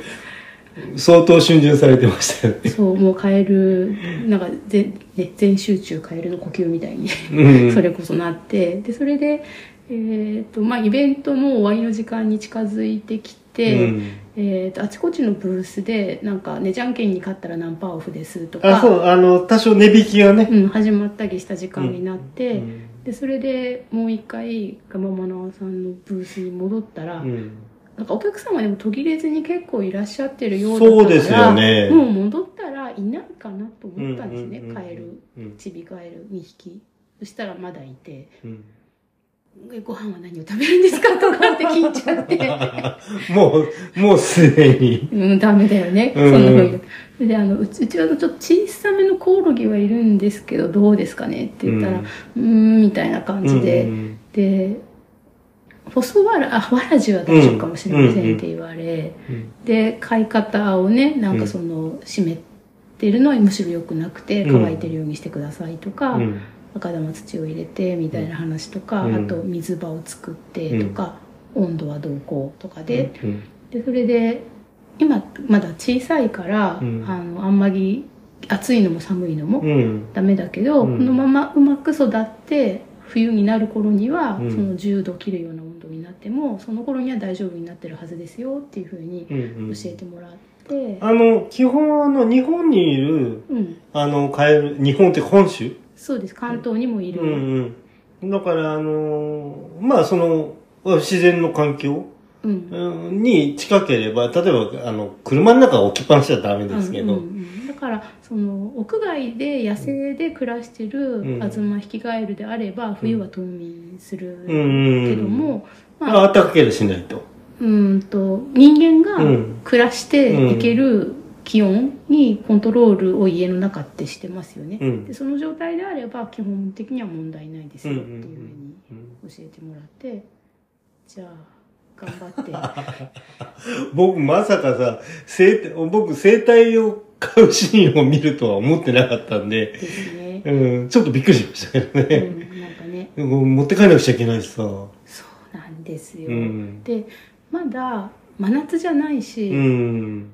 Speaker 1: 相当瞬巡されてましたよね。
Speaker 2: そうもうカエルなんか全,、ね、全集中カエルの呼吸みたいに
Speaker 1: うん。
Speaker 2: それこそなってでそれで、えーとまあ、イベントも終わりの時間に近づいてきて、
Speaker 1: うん
Speaker 2: えー、とあちこちのブースでなんか、ね「じゃんけんに勝ったら何パーオフです」と
Speaker 1: あ、
Speaker 2: か
Speaker 1: そう、あの、多少値引きがね。
Speaker 2: うん、始まったりした時間になっ
Speaker 1: う
Speaker 2: て、
Speaker 1: ん
Speaker 2: でそれでもう一回ガママナさんのブースに戻ったら、
Speaker 1: うん
Speaker 2: なんかお客様でも途切れずに結構いらっしゃってるようだったから
Speaker 1: そうですよね。
Speaker 2: もう戻ったらいないかなと思ったんですね、
Speaker 1: うんうんうんうん
Speaker 2: カエル
Speaker 1: うん
Speaker 2: チビカエル2匹そしたらまだいて
Speaker 1: うん
Speaker 2: 「えご飯は何を食べるんですか?」とかって聞いちゃって
Speaker 1: もう、もうすでに。
Speaker 2: うん、ダメだよね。そ
Speaker 1: うん
Speaker 2: んなふうに。それで、あの、うち、うちはあのちょっと小さめのコオロギはいるんですけど、どうですかねって言ったら、
Speaker 1: う
Speaker 2: うんーん、みたいな感じで、
Speaker 1: うん
Speaker 2: で、細わら、あ、わらじは大丈夫かもしれませんって言われ、
Speaker 1: うん
Speaker 2: で、買い方をね、なんかその、湿ってるのはむしろ良くなくて、
Speaker 1: うん
Speaker 2: 乾いてるようにしてくださいとか、
Speaker 1: うん
Speaker 2: 赤玉土を入れてみたいな話とか、
Speaker 1: うん
Speaker 2: あと水場を作ってとか、温度はどうこうとかで、
Speaker 1: うん
Speaker 2: でそれで今まだ小さいから、
Speaker 1: うん
Speaker 2: あのあんまり暑いのも寒いのも
Speaker 1: うん
Speaker 2: ダメだけど、
Speaker 1: うん
Speaker 2: このままうまく育って冬になる頃には、
Speaker 1: うん
Speaker 2: その10度切るような温度になってもその頃には大丈夫になってるはずですよっていうふうに
Speaker 1: うんうん
Speaker 2: 教えてもらって、
Speaker 1: あの、基本あの、日本にいる、
Speaker 2: うん
Speaker 1: あの、カエル、日本って本州
Speaker 2: そうです関東にもいる、
Speaker 1: うんうん。だから、あのー、まあ、その、自然の環境
Speaker 2: うん
Speaker 1: うんに近ければ、例えば、あの、車の中は置きっぱなしちゃダメですけど、
Speaker 2: うんうんうんだからその屋外で野生で暮らして
Speaker 1: うん
Speaker 2: るアズマヒキガエルであれば冬は冬眠する
Speaker 1: うんうんうん
Speaker 2: けども、まあ
Speaker 1: あったかければしないと。
Speaker 2: うーんと人間
Speaker 1: う
Speaker 2: が
Speaker 1: ん
Speaker 2: 暮らしていける気温にコントロールを家の中ってしてますよね、
Speaker 1: うん
Speaker 2: でその状態であれば基本的には問題ないですよっていうふうに
Speaker 1: うん
Speaker 2: 教えてもらってじゃあ頑張ってあ
Speaker 1: 僕、まさかさ、生体僕、生体を買うシーンを見るとは思ってなかったんで、
Speaker 2: です ね、
Speaker 1: うん、ちょっとびっくりしましたけど
Speaker 2: う
Speaker 1: ね。
Speaker 2: ん、なんかね
Speaker 1: もう持って帰らなくちゃいけないしさ。
Speaker 2: そうなんですよ、
Speaker 1: うん。
Speaker 2: でまだ真夏じゃないし、
Speaker 1: うん。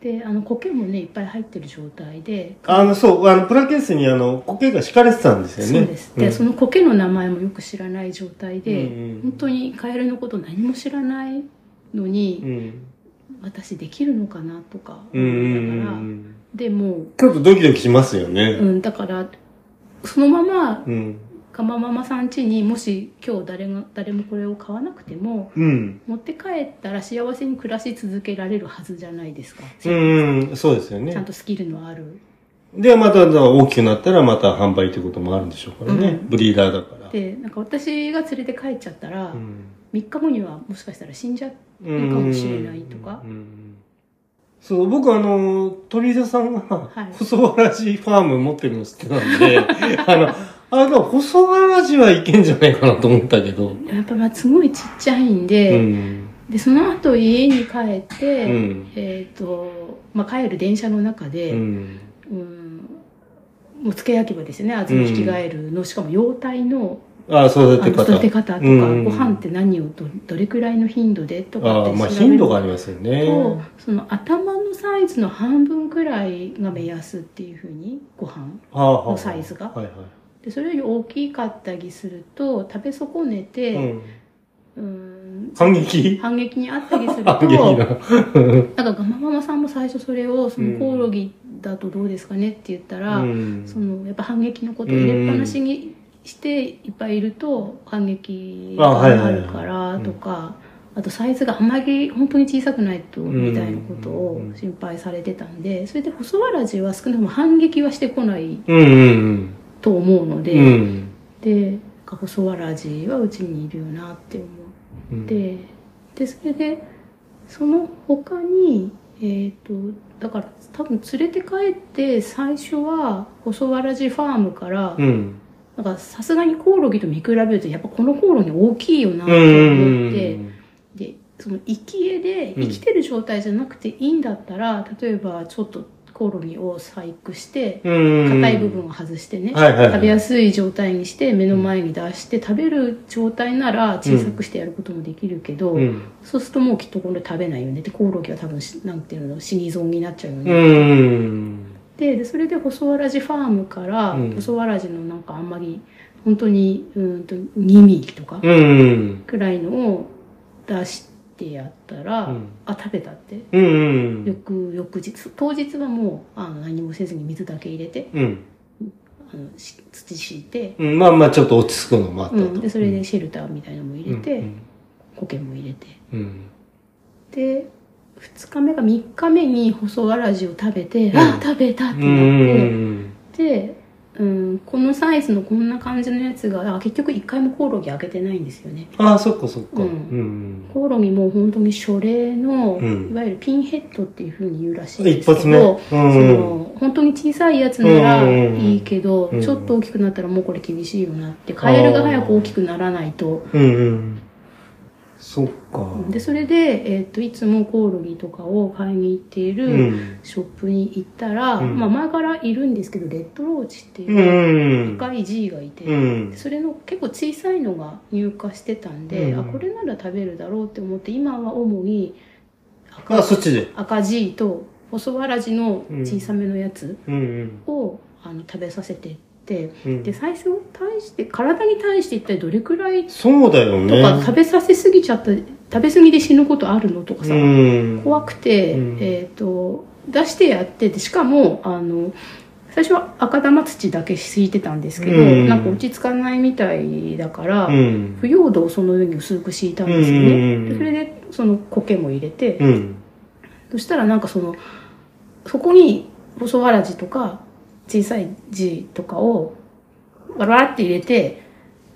Speaker 2: であの苔もねいっぱい入ってる状態で
Speaker 1: あの、そう、あの、プラケースにあの、苔が敷かれてたんですよね。
Speaker 2: そうです、
Speaker 1: う
Speaker 2: で
Speaker 1: ん
Speaker 2: その苔の名前もよく知らない状態で、
Speaker 1: うんうん
Speaker 2: 本当にカエルのこと何も知らないの
Speaker 1: う
Speaker 2: に、
Speaker 1: ん。
Speaker 2: 私できるのかなとか
Speaker 1: うんう
Speaker 2: 思い
Speaker 1: ん
Speaker 2: な
Speaker 1: う
Speaker 2: がら、
Speaker 1: ん。
Speaker 2: でも
Speaker 1: ちょっとドキドキしますよ
Speaker 2: う、
Speaker 1: ね。
Speaker 2: うん、だからそのまま
Speaker 1: うん。
Speaker 2: かまママさん家にもし今日誰が誰もこれを買わなくても
Speaker 1: うん。
Speaker 2: 持って帰ったら幸せに暮らし続けられるはずじゃないですか、
Speaker 1: うん、うん、そうですよ
Speaker 2: ちゃん
Speaker 1: ね。
Speaker 2: とスキルのある
Speaker 1: で、また大きくなったらまた販売ということもあるんでしょうからね。
Speaker 2: うん
Speaker 1: ブリーダーだから。
Speaker 2: でなんか私が連れて帰っちゃったら、
Speaker 1: うん
Speaker 2: 3日後にはもしかしたら死んじゃう
Speaker 1: うん
Speaker 2: かもしれないとか
Speaker 1: うんうんそう、僕あの、鳥居田さんが
Speaker 2: はい、
Speaker 1: 細原寺ファーム持ってるの知ってたんで、 あの、あれが細原寺はいけんじゃないかなと思ったけど。
Speaker 2: やっぱまあすごいちっちゃいん
Speaker 1: う
Speaker 2: で、
Speaker 1: ん。
Speaker 2: でその後家に帰っ
Speaker 1: う
Speaker 2: て、
Speaker 1: ん。
Speaker 2: えっ、と、まあ、帰る電車の中
Speaker 1: う
Speaker 2: で、うん
Speaker 1: ん。
Speaker 2: もう付け焼き場ですよねあずみ引きガエルの、しかも幼体の
Speaker 1: ああ、育
Speaker 2: あ
Speaker 1: て
Speaker 2: の
Speaker 1: 方。
Speaker 2: 育て方とか、
Speaker 1: うん
Speaker 2: ご飯って何をどどれくらいの頻度でとか
Speaker 1: あ
Speaker 2: っ
Speaker 1: あ、
Speaker 2: て
Speaker 1: まあ
Speaker 2: 調べ
Speaker 1: 頻
Speaker 2: る
Speaker 1: 度
Speaker 2: と
Speaker 1: がありますよね。
Speaker 2: その頭のサイズの半分くらいが目安っていうふうにご飯
Speaker 1: はあはあはあ
Speaker 2: のサイズが
Speaker 1: はいはい。
Speaker 2: でそれより大きかったりすると食べ損ねて、
Speaker 1: ん、
Speaker 2: うーん、
Speaker 1: 反撃
Speaker 2: 反撃にあったりすると
Speaker 1: 反撃
Speaker 2: なんか
Speaker 1: だ。
Speaker 2: ガマママさんも最初それをそ
Speaker 1: うん
Speaker 2: のコオロギだとどうですかねって言ったら、
Speaker 1: うん
Speaker 2: そのやっぱ反撃のことを入れっぱなしにしていっぱいいると反撃
Speaker 1: あ
Speaker 2: が
Speaker 1: はいはいは
Speaker 2: あ
Speaker 1: い
Speaker 2: るからとか。あとサイズがあまり本当に小さくないと
Speaker 1: ん
Speaker 2: みたいなことを心配されてたんでそれで細わらじは少なくとも反撃はしてこない
Speaker 1: うんうん
Speaker 2: と思うので、
Speaker 1: うん。うん
Speaker 2: でなんか細わらじはうちにいるよなって思
Speaker 1: うん
Speaker 2: っ、てでそれでその他にえっ、とだから多分連れて帰って最初は細わらじファームから、
Speaker 1: うん。
Speaker 2: なんかさすがにコオロギと見比べるとやっぱこのコオロギ大きいよなっ
Speaker 1: うん
Speaker 2: て思って、
Speaker 1: うん
Speaker 2: でその生き餌で
Speaker 1: うん
Speaker 2: 生きてる状態じゃなくていいんだったら、例えばちょっとコロニを細工して、
Speaker 1: うん。
Speaker 2: 硬い部分を外してね、
Speaker 1: はいはいはい
Speaker 2: 食べやすい状態にして目の前に出して、食べる状態なら小さくしてやることもできるけど、
Speaker 1: うん。
Speaker 2: そうするともうきっと今度食べないよねってコオロギは多分しなんていうの死に損になっちゃうよね、
Speaker 1: うん。
Speaker 2: ででそれで細わらじファームから、
Speaker 1: うん
Speaker 2: 細わらじのなんかあんまり本当にうーんと2ミリとか
Speaker 1: うん。
Speaker 2: くらいのを出してやったら、
Speaker 1: うん
Speaker 2: あ食べたって
Speaker 1: うん。
Speaker 2: 翌翌日当日はもうあ何もせずに水だけ入れて
Speaker 1: うん。
Speaker 2: あのし土敷いて、
Speaker 1: うん。まあまあ、ちょっと落ち着くのもあった
Speaker 2: う
Speaker 1: と。
Speaker 2: ん、でそれでシェルターみたいなのも入れて、
Speaker 1: うん
Speaker 2: 苔も入れて
Speaker 1: うん。
Speaker 2: で2日目か3日目に細わらじを食べて、
Speaker 1: うん
Speaker 2: あ食べたって
Speaker 1: う
Speaker 2: なって、
Speaker 1: ん。
Speaker 2: で、うん、このサイズのこんな感じのやつがあ結局1回もコオロギ開けてないんですよね
Speaker 1: ああ、そっかそっか。う
Speaker 2: うん
Speaker 1: ん。
Speaker 2: コオロギも本当に書類の、
Speaker 1: うん
Speaker 2: いわゆるピンヘッドっていうふうに言うらしいんです
Speaker 1: 一
Speaker 2: けど
Speaker 1: 発目。う
Speaker 2: そ
Speaker 1: ん。
Speaker 2: の本当に小さいやつならいいけど、
Speaker 1: うん
Speaker 2: ちょっと大きくなったらもうこれ厳しいよなってカエルが早く大きくならないと
Speaker 1: うんうん。そっか。
Speaker 2: でそれで、えっといつもコオロギとかを買いに行っていうる
Speaker 1: ん。
Speaker 2: ショップに行ったら、
Speaker 1: うん
Speaker 2: まあ、前からいるんですけどレッドローチって
Speaker 1: う。
Speaker 2: いうん赤い G がいて、
Speaker 1: うん。
Speaker 2: それの結構小さいのが入荷してたんで、
Speaker 1: うん
Speaker 2: あこれなら食べるだろうって思って今は主に
Speaker 1: あ、
Speaker 2: 赤
Speaker 1: そっちで。
Speaker 2: 赤 G と細わらじの小さめのやつ
Speaker 1: うん
Speaker 2: を、あの食べさせてって。
Speaker 1: うん。
Speaker 2: で最初に対して体に対して一体どれくらいと
Speaker 1: そうだよね。
Speaker 2: か食べさせすぎちゃった食べ過ぎで死ぬことあるのとかさ、
Speaker 1: うん。
Speaker 2: 怖くて、
Speaker 1: うん
Speaker 2: えっと出してやっててしかもあの最初は赤玉土だけ敷いてたんですけど、
Speaker 1: うん
Speaker 2: なんか落ち着かないみたいだから、
Speaker 1: うん。
Speaker 2: 腐葉土をその上に薄く敷いたんですよね、
Speaker 1: うん
Speaker 2: でそれでその苔も入れて、
Speaker 1: うん。
Speaker 2: そしたらなんかそのそこに細わらじとか小さい字とかをわらわらって入れて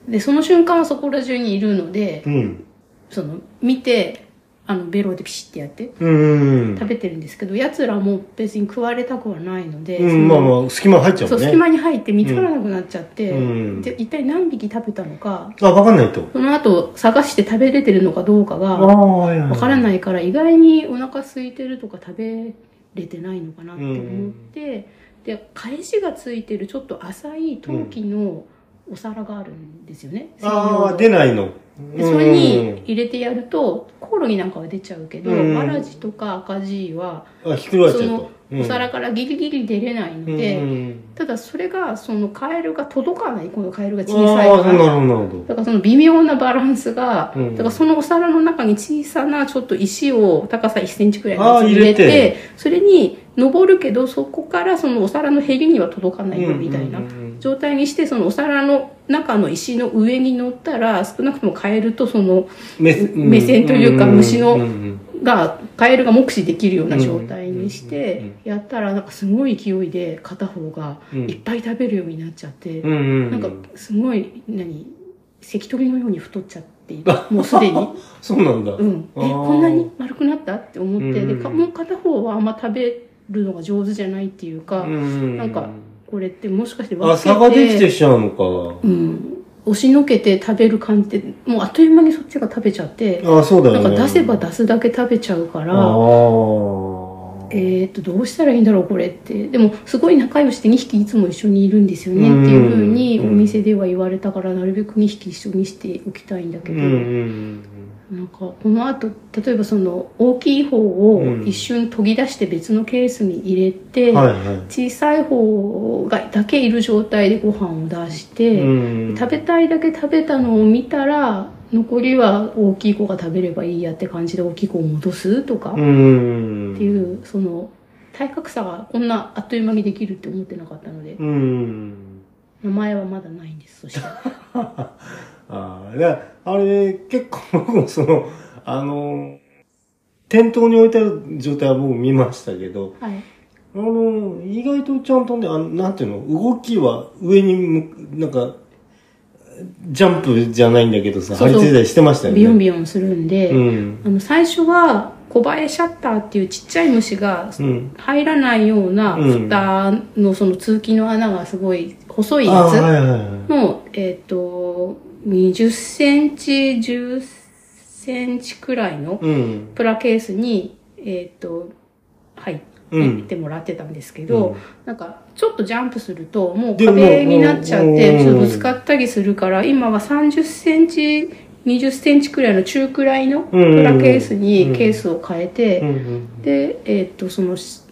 Speaker 2: でその瞬間はそこら中にいるので
Speaker 1: うん。
Speaker 2: その見てあのベロでピシッてやって
Speaker 1: うん。
Speaker 2: 食べてるんですけどやつらも別に食われたくはないので、
Speaker 1: うん、まあまあ、隙間入っちゃう
Speaker 2: そ
Speaker 1: も
Speaker 2: うん
Speaker 1: ね。
Speaker 2: 隙間に入って見つからなくなっちゃって、
Speaker 1: うん
Speaker 2: で一体何匹食べたのか
Speaker 1: あ、わかんないと。
Speaker 2: その後探して食べれてるのかどうか
Speaker 1: あ
Speaker 2: が
Speaker 1: あ、はいはい。
Speaker 2: わから
Speaker 1: い。
Speaker 2: ないから意外にお腹空いてるとか食べれてないのかなって思って、で返しがついてるちょっと浅い陶器のお皿があるんですよね、専用の
Speaker 1: ああ、出ないの。
Speaker 2: でそれに、入れてやるとコオロギなんかは出ちゃうけど、
Speaker 1: うん
Speaker 2: わらじとか赤じは
Speaker 1: あ、ひっくり返っちゃうと。
Speaker 2: お皿からギリギリ出れないので、
Speaker 1: うん、
Speaker 2: ただそれがそのカエルが届かないこのカエルが小
Speaker 1: あ
Speaker 2: さ
Speaker 1: あ
Speaker 2: い
Speaker 1: ー、な
Speaker 2: か
Speaker 1: るほ
Speaker 2: ら
Speaker 1: ど、なるほ
Speaker 2: だからその微妙なバランスが、
Speaker 1: うん
Speaker 2: だからそのお皿の中に小さなちょっと石を高さ1センチくらいのやつ
Speaker 1: あー
Speaker 2: 入れて
Speaker 1: 入れ
Speaker 2: それに登るけどそこからそのお皿のへりには届かないよ
Speaker 1: ど。
Speaker 2: みたいな
Speaker 1: うんうん
Speaker 2: 状態にしてそのお皿の中の石の上に乗ったら少なくともカエルとその
Speaker 1: 目
Speaker 2: 目線というか虫の
Speaker 1: うんうん
Speaker 2: がカエルが目視できるような状態にし
Speaker 1: うんうんうん
Speaker 2: てやったらなんかすごい勢いで片方が
Speaker 1: うん
Speaker 2: いっぱい食べるようになっちゃって。
Speaker 1: うんうん、
Speaker 2: なんかすごい何関取のように太っちゃっているもうす でに、
Speaker 1: そうなんだ。
Speaker 2: うん、
Speaker 1: あ
Speaker 2: え
Speaker 1: ー
Speaker 2: こんなに丸くなったって思って
Speaker 1: うん
Speaker 2: でかもう片方はあんま食べるのが上手じゃないっていうか、
Speaker 1: うん
Speaker 2: なんかこれってもしかして
Speaker 1: あ、差ができてきちゃうのか。
Speaker 2: うん、押しのけて食べる感じでもうあっという間にそっちが食べちゃって
Speaker 1: あ、そうだ
Speaker 2: な
Speaker 1: よ
Speaker 2: ん
Speaker 1: ね。
Speaker 2: か出せば出すだけ食べちゃうか
Speaker 1: あ
Speaker 2: ら。
Speaker 1: あ。
Speaker 2: えー、とどうしたらいいんだろうこれってでもすごい仲良しで2匹いつも一緒にいるんですよね
Speaker 1: うん
Speaker 2: っていうふうにお店では言われたからなるべく2匹一緒にしておきたいんだけ
Speaker 1: うん
Speaker 2: ど、
Speaker 1: うん
Speaker 2: なんかこのあと例えばその大きい方を一瞬研ぎ出して別のケースに入れて、
Speaker 1: うん。はいは
Speaker 2: 小さい方がだけいる状態でご飯を出し
Speaker 1: い。
Speaker 2: て、
Speaker 1: うん
Speaker 2: 食べたいだけ食べたのを見たら残りは大きい子が食べればいいやって感じで大きい子を戻すとか。
Speaker 1: うん。
Speaker 2: っていうその体格差がこんなあっという間にできるって思ってなかったので
Speaker 1: うん。
Speaker 2: 名前はまだないんです そして
Speaker 1: ああ、いや、あれ、結構僕もその、 あの、店頭に置いてある状態は僕見ましたけど、
Speaker 2: はい
Speaker 1: あの、意外とちゃんとね、あのなんていうの、動きは上に向く、なんか、ジャンプじゃないんだけどさ、
Speaker 2: そ
Speaker 1: 張り
Speaker 2: うそう
Speaker 1: 付いたりしてましたよね。
Speaker 2: ビヨンビヨンするんで、
Speaker 1: うん。
Speaker 2: あの最初はコバエシャッターっていうちっちゃい虫が
Speaker 1: うん。
Speaker 2: 入らないような
Speaker 1: うん
Speaker 2: 蓋のその通気の穴がすごい細い
Speaker 1: ああ、はい
Speaker 2: や
Speaker 1: はいはい
Speaker 2: つ。の、えっ、と20センチ10センチくらいの
Speaker 1: うん。
Speaker 2: プラケースに、えっ、と、はい、
Speaker 1: うん
Speaker 2: 見てもらってたんですけど、
Speaker 1: うん
Speaker 2: なんかちょっとジャンプするともう
Speaker 1: でも
Speaker 2: 壁になっちゃっ
Speaker 1: うん
Speaker 2: てちょっとぶつかったりするから今は30センチ20センチくらいの中くらいのプ
Speaker 1: うん
Speaker 2: ラケース
Speaker 1: うん
Speaker 2: にケースを変えて、
Speaker 1: うんうん
Speaker 2: で、えーっとそのし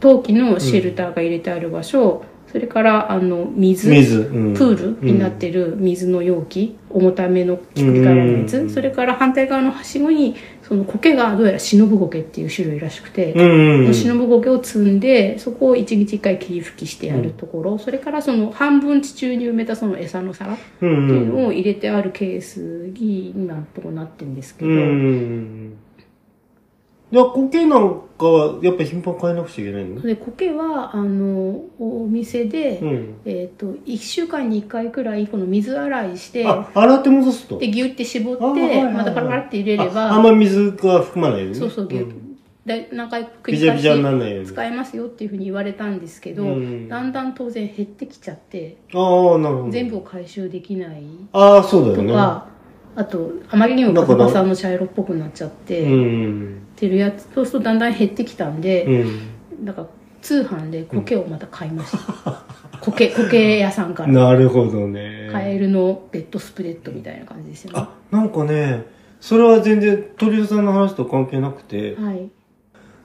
Speaker 2: 陶器のシェルターが入れてある場所、それからあの水
Speaker 1: 水、うん
Speaker 2: プールになってる水の容器、重ためのひっくり返らないやつ、
Speaker 1: うん
Speaker 2: それから反対側のはしごにその苔がどうやら忍ぶ苔っていう種類らしくて、
Speaker 1: うんうんうん
Speaker 2: 忍ぶ苔を積んでそこを一日一回霧吹きしてやるところ、それからその半分地中に埋めたその餌の皿っ
Speaker 1: う
Speaker 2: ていうんのを入れてあるケースに今のとこなってるんですけ
Speaker 1: う
Speaker 2: ど、
Speaker 1: んじゃあ苔なんかはやっぱ頻繁に変えなくちゃいけないの
Speaker 2: で苔はあのお店で、
Speaker 1: うん
Speaker 2: えっと1週間に1回くらいこの水洗いして
Speaker 1: あ洗って戻すと
Speaker 2: でギュって絞って、
Speaker 1: あはいはいはい
Speaker 2: またパラパラって入れれば
Speaker 1: ああんま水が含まないようにね
Speaker 2: そうそうギュッ、だい何回繰
Speaker 1: ビ
Speaker 2: り
Speaker 1: ジャビ
Speaker 2: 返
Speaker 1: ジャにな
Speaker 2: し
Speaker 1: らないように
Speaker 2: 使えますよっていうふうに言われたんですけど、
Speaker 1: うん
Speaker 2: だんだん当然減ってきちゃって、
Speaker 1: ああなるほど
Speaker 2: 全部を回収できない
Speaker 1: ああそうだよ
Speaker 2: と
Speaker 1: ね
Speaker 2: か、あとあまりにもパサパサの茶色っぽくなっちゃって、
Speaker 1: うん
Speaker 2: ってるやつそうするとだんだん減ってきたん
Speaker 1: う
Speaker 2: で、
Speaker 1: ん
Speaker 2: なんか通販で苔をまた買いました、 苔苔屋さんから
Speaker 1: なるほどね
Speaker 2: カエルのベッドスプレッドみたいな感じですよね
Speaker 1: あなんかねそれは全然鳥居さんの話と関係なくて
Speaker 2: はい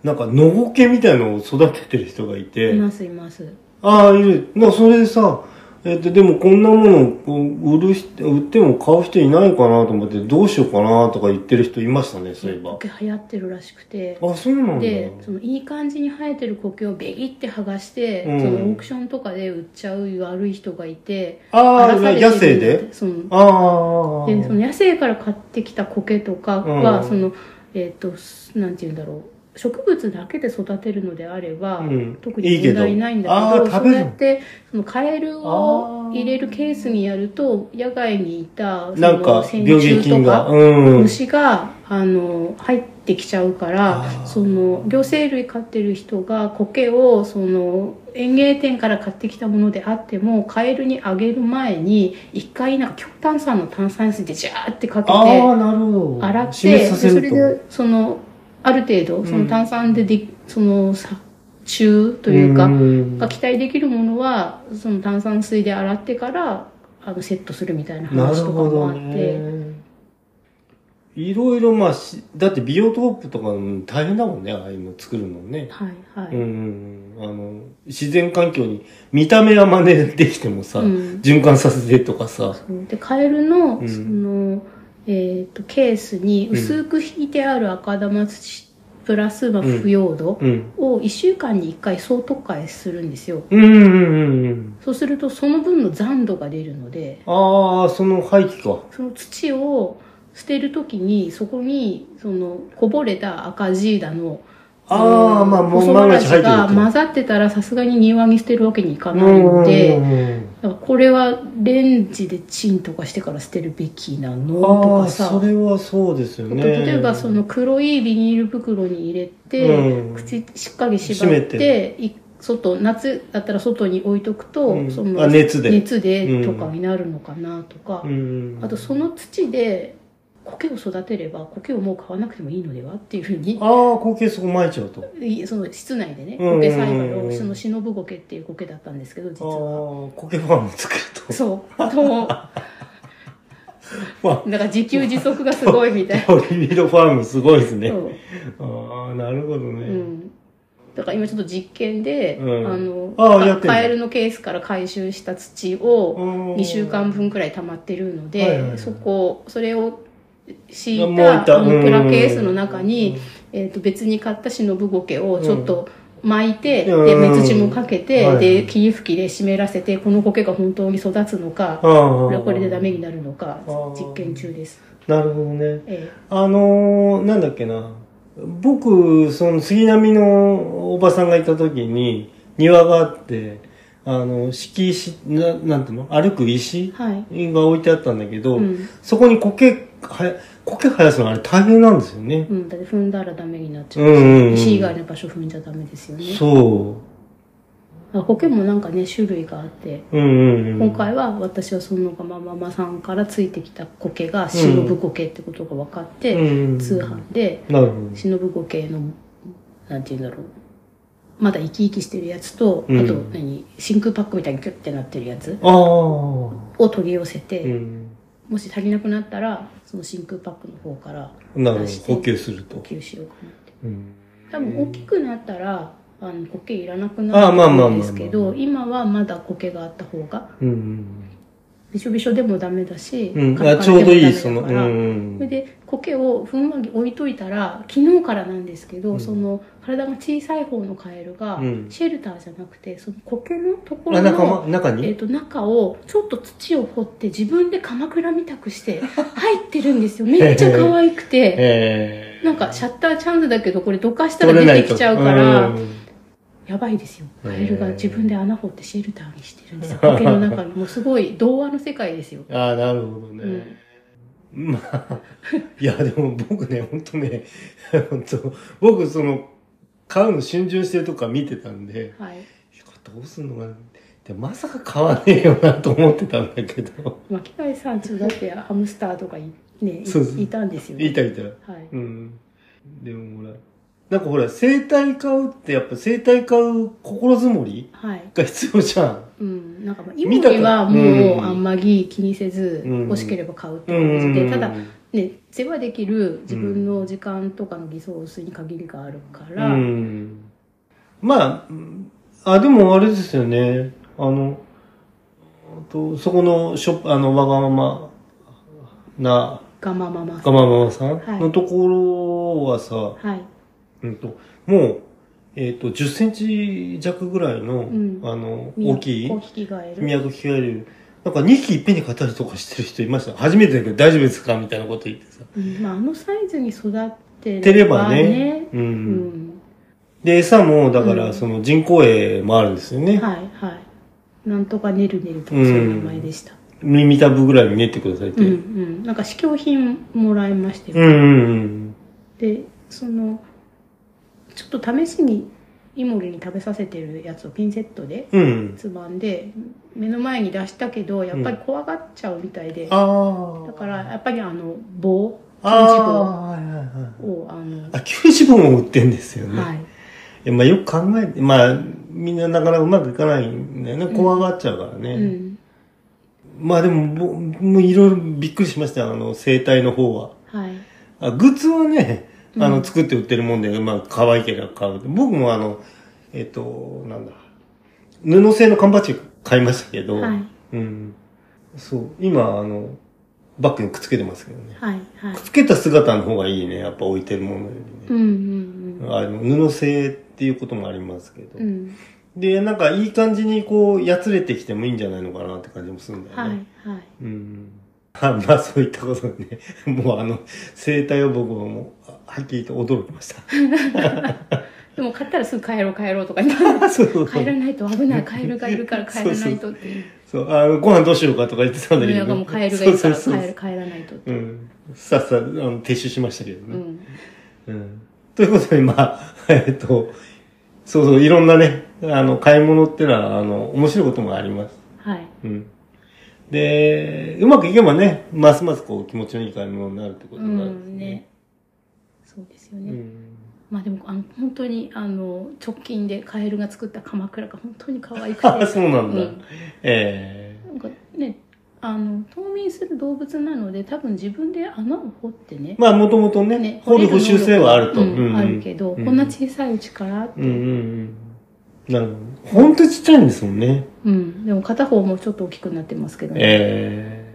Speaker 1: なんかのごけみたいのを育ててる人がいて、
Speaker 2: いますいます
Speaker 1: ああいるなそれでさえっと、でもこんなものをこう売る人、売っても買う人いないかなと思って、どうしようかなとか言ってる人いましたね、そういえば。
Speaker 2: 苔流行ってるらしくて
Speaker 1: あ、そうなんだ。
Speaker 2: でそのいい感じに生えてる苔をベギって剥がして、
Speaker 1: うん
Speaker 2: そのオークションとかで売っちゃう悪い人がいて
Speaker 1: ああ、
Speaker 2: 荒らされてる
Speaker 1: 野生で
Speaker 2: その
Speaker 1: ああ。
Speaker 2: でその野生から買ってきた苔とかは、
Speaker 1: うん
Speaker 2: そのえっ、とすなんて言うんだろう植物だけで育てるのであれば、
Speaker 1: うん
Speaker 2: 特
Speaker 1: い
Speaker 2: に
Speaker 1: いけ
Speaker 2: 問
Speaker 1: ど
Speaker 2: 題ないんだ
Speaker 1: あ
Speaker 2: けど
Speaker 1: ー食
Speaker 2: そ
Speaker 1: べ
Speaker 2: う
Speaker 1: る
Speaker 2: やってそのカエル
Speaker 1: あ
Speaker 2: を
Speaker 1: ー
Speaker 2: 入れるケースにやると野外にいたそ
Speaker 1: なんか
Speaker 2: の、線
Speaker 1: 病原
Speaker 2: 虫
Speaker 1: 菌
Speaker 2: とか
Speaker 1: が。うん。
Speaker 2: 虫があの入ってきちゃうか
Speaker 1: あー
Speaker 2: らその両生類飼ってる人が苔をその園芸店から買ってきたものであってもカエルにあげる前に一回なんか極炭酸の炭酸水でジャーってかけ
Speaker 1: あ
Speaker 2: て
Speaker 1: あ、なるほど。
Speaker 2: 洗っ
Speaker 1: 死滅
Speaker 2: て
Speaker 1: さ
Speaker 2: で
Speaker 1: せ
Speaker 2: そ
Speaker 1: る
Speaker 2: れ
Speaker 1: と。
Speaker 2: でそのある程度そ
Speaker 1: うん
Speaker 2: の炭酸でで、その殺虫というか、
Speaker 1: ん
Speaker 2: が期待できるものはその炭酸水で洗ってからあのセットするみたいな
Speaker 1: なる
Speaker 2: 話とか
Speaker 1: ほ
Speaker 2: も
Speaker 1: ど
Speaker 2: あって。
Speaker 1: ね。いろいろまあし、だってビオトープとかうん大変だもんね、ああいうの作るのね。
Speaker 2: はいはい、
Speaker 1: うんうんうん。あの、自然環境に見た目は真似できてもさ、
Speaker 2: うん
Speaker 1: 循環させてとかさ。
Speaker 2: そうでカエルの,、
Speaker 1: うん
Speaker 2: そのえー、とケースに薄く引いてある赤玉土プラス、まあ、
Speaker 1: うん
Speaker 2: 腐葉土
Speaker 1: うん。
Speaker 2: を1週間に1回総特化するんですよ
Speaker 1: うんうんうんうん。
Speaker 2: そうするとその分の残土が出るので
Speaker 1: ああ、その廃棄か。
Speaker 2: その土を捨てる時にそこにそのこぼれた赤ジーダの
Speaker 1: ああ、
Speaker 2: の
Speaker 1: まあ、もう
Speaker 2: 細
Speaker 1: 万が一入っ
Speaker 2: 原
Speaker 1: てる
Speaker 2: が
Speaker 1: と。
Speaker 2: 混ざってたらさすがに庭に捨てるわけにいか
Speaker 1: う
Speaker 2: ない
Speaker 1: んう
Speaker 2: の
Speaker 1: ん
Speaker 2: で、
Speaker 1: うん
Speaker 2: だからこれはレンジでチンとかしてから捨てるべきなのと
Speaker 1: あ
Speaker 2: か
Speaker 1: あ、
Speaker 2: さ
Speaker 1: それはそうですよ
Speaker 2: あと
Speaker 1: ね。
Speaker 2: 例えばその黒いビニール袋に入れて、
Speaker 1: うん
Speaker 2: 口しっかり縛っ
Speaker 1: 閉
Speaker 2: て
Speaker 1: め
Speaker 2: い外夏だったら外に置いとくと、
Speaker 1: うん
Speaker 2: そ
Speaker 1: あ
Speaker 2: の
Speaker 1: 熱で
Speaker 2: 熱でとかになるのかなとか、
Speaker 1: うん
Speaker 2: あとその土で苔を育てれば苔をもう買わなくてもいいのではっていうふうに
Speaker 1: ああ、後継そこ撒いちゃうと。
Speaker 2: いその室内でね
Speaker 1: うん
Speaker 2: 苔栽培
Speaker 1: う
Speaker 2: を
Speaker 1: ん
Speaker 2: その忍ぶ苔っていう苔だったんですけど実
Speaker 1: ああ
Speaker 2: は。
Speaker 1: ー、苔ファンも作ると。
Speaker 2: そう。あともう、
Speaker 1: ま
Speaker 2: なんか自給自足がすごいみたい
Speaker 1: あ、トリビドファームすごいです
Speaker 2: な。
Speaker 1: ね
Speaker 2: そ。う
Speaker 1: ああ、なるほど
Speaker 2: う
Speaker 1: ね。
Speaker 2: んだから今ちょっと実験で、
Speaker 1: うん
Speaker 2: あの
Speaker 1: あ
Speaker 2: か
Speaker 1: やってんだ
Speaker 2: カエルのケースから回収した土を2
Speaker 1: 2
Speaker 2: 週間。分くらい溜まってるので、
Speaker 1: はいはい
Speaker 2: そこそれを敷い
Speaker 1: もう
Speaker 2: た
Speaker 1: いた
Speaker 2: あ
Speaker 1: うん
Speaker 2: のプラケースの中に、えー、と別に買った忍ぶ苔をちょっと巻いて、
Speaker 1: うん
Speaker 2: で目土もかけて、
Speaker 1: はいはい
Speaker 2: で霧吹きで湿らせてこの苔が本当に育つのか、
Speaker 1: あ
Speaker 2: これ
Speaker 1: あ。
Speaker 2: はこれでダメになるのか
Speaker 1: ー
Speaker 2: 実験中です。
Speaker 1: なるほどね。
Speaker 2: え
Speaker 1: あのー、なんだっけな。僕、その杉並のおばさんがいた時に、庭があって、あの、敷石、ななんていうの歩く石
Speaker 2: えはい、
Speaker 1: が置いてあったんだけど、
Speaker 2: うん
Speaker 1: そこに苔、はや、苔生やすのあれ大変なんですよね。
Speaker 2: うん、だって踏んだらダメになっちゃうし、
Speaker 1: うんうんうん
Speaker 2: 石以外の場所踏んじゃダメですよね
Speaker 1: そ
Speaker 2: あ苔もなんかね種類があって
Speaker 1: う。うんうんうん。
Speaker 2: 今回は私はそのままママさんからついてきた苔が忍ぶ苔ってことが分かって、
Speaker 1: うんうんうん
Speaker 2: 通販で
Speaker 1: なるほど。
Speaker 2: 忍ぶ苔のなんて言うんだろうまだ生き生きしてるやつと、
Speaker 1: うん
Speaker 2: あと何真空パックみたいにキュッてなってるやつ
Speaker 1: ああ。
Speaker 2: を取り寄せて、
Speaker 1: うん。
Speaker 2: もし足りなくなったらその真空パックの方から
Speaker 1: なるほ
Speaker 2: 出
Speaker 1: ど。
Speaker 2: して
Speaker 1: 補給すると
Speaker 2: 補。給しようかなって
Speaker 1: うん。
Speaker 2: 多分大きくなったらあの苔いらなく
Speaker 1: あ
Speaker 2: な
Speaker 1: あまあまあまあ
Speaker 2: る
Speaker 1: まあ
Speaker 2: んですけど今はまだ苔があった方が
Speaker 1: うん。
Speaker 2: びしょびしょでもダメだし、
Speaker 1: うん。
Speaker 2: カラ
Speaker 1: あ、
Speaker 2: カラ
Speaker 1: ちょうどいい、そ
Speaker 2: でも
Speaker 1: の、
Speaker 2: ダ
Speaker 1: う
Speaker 2: メだから
Speaker 1: ん
Speaker 2: それ。で苔をふんわり置いといたら昨日からなんですけど、
Speaker 1: うん
Speaker 2: その体が小さい方のカエルが、
Speaker 1: うん
Speaker 2: シェルターじゃなくてその苔のところ
Speaker 1: あ、中
Speaker 2: の
Speaker 1: ま、中
Speaker 2: え
Speaker 1: に
Speaker 2: ー、と中をちょっと土を掘って自分で鎌倉みた くして入ってるんですよめっちゃ可愛くて
Speaker 1: ええ。
Speaker 2: なんかシャッターチャンスだけどこれどかしたら出てきちゃうから、
Speaker 1: 取れないとうん
Speaker 2: やばいですよ
Speaker 1: へー
Speaker 2: カエルが自分で穴掘ってシェルターにしてるん ですよ苔の中にもうすごい童話の世界ですよ
Speaker 1: ああ、なるほどね。まあ、いや、でも僕ね、本当ね、 本当僕、その、買うの春巡してるとか見てたんで、
Speaker 2: は
Speaker 1: い
Speaker 2: い
Speaker 1: やどうすんのかなって、まさか買わねえよなと思ってたんだけど、
Speaker 2: 巻貝さんちょだってハムスターとかい,、ね、い
Speaker 1: そうそう
Speaker 2: いたんですよね
Speaker 1: いたいた。
Speaker 2: はい、
Speaker 1: うん。でもほら、なんかほら、生体買うって、やっぱ生体買う心づもり
Speaker 2: はい
Speaker 1: が必要じゃん。
Speaker 2: うん、なんかまあ
Speaker 1: 見たか
Speaker 2: 今は
Speaker 1: うん
Speaker 2: もうあんまり気にせず
Speaker 1: うん
Speaker 2: 欲しければ買うって
Speaker 1: う
Speaker 2: 感じ
Speaker 1: ん。
Speaker 2: でただ、ね世話できる自分の時間とかのリソースに限りがあるから、
Speaker 1: うん。まあうん、あ、でもあれですよね。あの、あとそこのショップ、あの、わがままな、
Speaker 2: ガマママ
Speaker 1: わがままさん
Speaker 2: はい
Speaker 1: のところはさ、
Speaker 2: はい
Speaker 1: うんと、もう、えっ、と、10センチ弱ぐらいの、
Speaker 2: ん
Speaker 1: あの、
Speaker 2: みや
Speaker 1: 大きい、
Speaker 2: お聞きがえる
Speaker 1: 宮崎がいる。なんか2匹いっぺんに買ったりとかしてる人いました。初めてだけど大丈夫ですかみたいなこと言ってさ。
Speaker 2: うんまあ、あのサイズに育って
Speaker 1: てればね。う。
Speaker 2: うんん、
Speaker 1: で、餌も、だか
Speaker 2: う
Speaker 1: ら、
Speaker 2: ん
Speaker 1: その人工餌もあるんですよね。
Speaker 2: はいはいなんとかねるねるとかそういう名前でした、
Speaker 1: 耳たぶぐらいに練ってくださいって。
Speaker 2: う
Speaker 1: うん、
Speaker 2: うんん、なんか試供品もらいましたよ、
Speaker 1: うん、うん。
Speaker 2: でそのちょっと試しにイモリに食べさせてるやつをピンセットで
Speaker 1: うん。
Speaker 2: つまんで目の前に出したけどやっぱり怖がっちゃうみたいで、
Speaker 1: ああ。
Speaker 2: だから、やっぱりあの棒
Speaker 1: ああー、はいはいはい。
Speaker 2: 棒をあの
Speaker 1: あ、給脂分を売ってんですよね。
Speaker 2: はい
Speaker 1: いやまあよく考えて、まあ、みんななかなかうまくいかないんだよね。怖がっちゃうからね。
Speaker 2: うん
Speaker 1: まあでも、ぼもういろいろびっくりしましたよあの、生態の方は。
Speaker 2: はい
Speaker 1: あグッズはね、あ
Speaker 2: う
Speaker 1: の、
Speaker 2: ん
Speaker 1: 作って売ってるもんで、まあ、可愛ければ買う。僕もあの、えっ、と、なんだ、布製の缶バッジ買いましたけど、
Speaker 2: はい
Speaker 1: うん。そう、今、あの、バッグにくっつけてますけどね。
Speaker 2: はいはい
Speaker 1: くっつけた姿の方がいいね、やっぱ置いてるものよ
Speaker 2: う
Speaker 1: りね。
Speaker 2: んうん
Speaker 1: あの、布製っていうこともありますけど。
Speaker 2: うんうん
Speaker 1: で、なんかいい感じにこう、やつれてきてもいいんじゃないのかなって感じもするんだよね。
Speaker 2: はいはい
Speaker 1: うん。あまあそういったことでね、もうあの、生態を僕はもう、あはっきりと驚きました。
Speaker 2: でも買ったらすぐ帰ろう帰ろうとか言って
Speaker 1: そうそうそ
Speaker 2: 帰ら
Speaker 1: う。
Speaker 2: ないと危ないカエルがいるから帰らないとっていう
Speaker 1: そうあご飯どうしようかとか言ってたんだけ
Speaker 2: 親
Speaker 1: ど、
Speaker 2: がもうカエルがいるから帰
Speaker 1: そうそうそう
Speaker 2: る帰らないとって
Speaker 1: うん。さっさ、あの、撤収しましたけど
Speaker 2: う
Speaker 1: ね。
Speaker 2: ん
Speaker 1: うん。ということで、まあ、 えっと、そうそう、いろんなね、あの、買い物ってのは、あの、面白いこともあります。
Speaker 2: はい
Speaker 1: うん。で、うまくいけばね、ますますこう、気持ちのいい買い物になるってこと
Speaker 2: う
Speaker 1: になるんです
Speaker 2: んね。そうですよ
Speaker 1: う
Speaker 2: ね、
Speaker 1: ん。
Speaker 2: まあでもあの本当にあの直近でカエルが作った鎌倉が本当に可愛くて、
Speaker 1: あそうなんだ。
Speaker 2: うん
Speaker 1: え
Speaker 2: なんかねあの冬眠する動物なので多分自分で穴を掘ってね
Speaker 1: え、まあ、もともとね
Speaker 2: ね、
Speaker 1: 掘る補修性はあると。
Speaker 2: うんあるけど、こんな
Speaker 1: ち
Speaker 2: 小さいうちからって、
Speaker 1: うんうんうん。なるほど。ほんとちっちゃいんですもんね。
Speaker 2: うんでも片方もちょっと大きくなってますけどね、
Speaker 1: え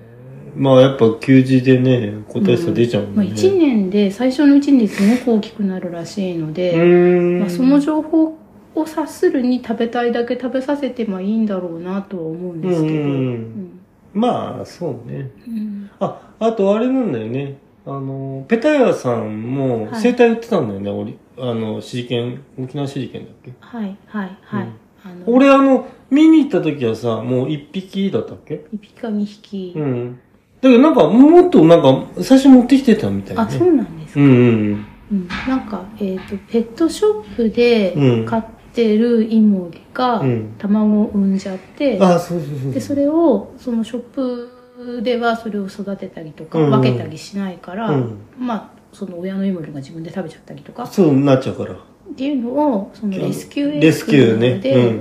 Speaker 1: えまあ、やっぱ、給仕でね、個体差出ちゃうもん
Speaker 2: まあ、
Speaker 1: ね。
Speaker 2: 1年で最初の1年ですごく大きくなるらしいので、
Speaker 1: うーん。
Speaker 2: まあ、その情報を察するに食べたいだけ食べさせてもいいんだろうなとは思うんですけど、
Speaker 1: うんうんうん
Speaker 2: うん
Speaker 1: まあ、そうね。
Speaker 2: うん
Speaker 1: あ、あと、あれなんだよね。あの、ペタヤさんも、
Speaker 2: はい
Speaker 1: 生態売ってたんだよね、おりあの、シリケン、沖縄シリケンだっけ
Speaker 2: はいはいはい、
Speaker 1: うん
Speaker 2: あの
Speaker 1: 俺、あの、見に行った時はさ、もう一匹だったっけ
Speaker 2: 1匹か2匹、
Speaker 1: うん。だけどなんか、もっとなんか、最初持ってきてたみたいな、
Speaker 2: あ
Speaker 1: ね。
Speaker 2: そうなんですか、
Speaker 1: うんうん
Speaker 2: うんなんか、えっとペットショップで
Speaker 1: うん
Speaker 2: 飼ってるイモリが
Speaker 1: うん
Speaker 2: 卵を産んじゃって、
Speaker 1: うん。あ、そうそうそう。
Speaker 2: でそれをそのショップではそれを育てたりとか
Speaker 1: うん
Speaker 2: 分けたりしないから、
Speaker 1: うん
Speaker 2: まあその親のイモリが自分で食べちゃったりとか
Speaker 1: そうなっちゃうから。
Speaker 2: っていうのを、そのレスキュー
Speaker 1: レスキューね
Speaker 2: で、
Speaker 1: う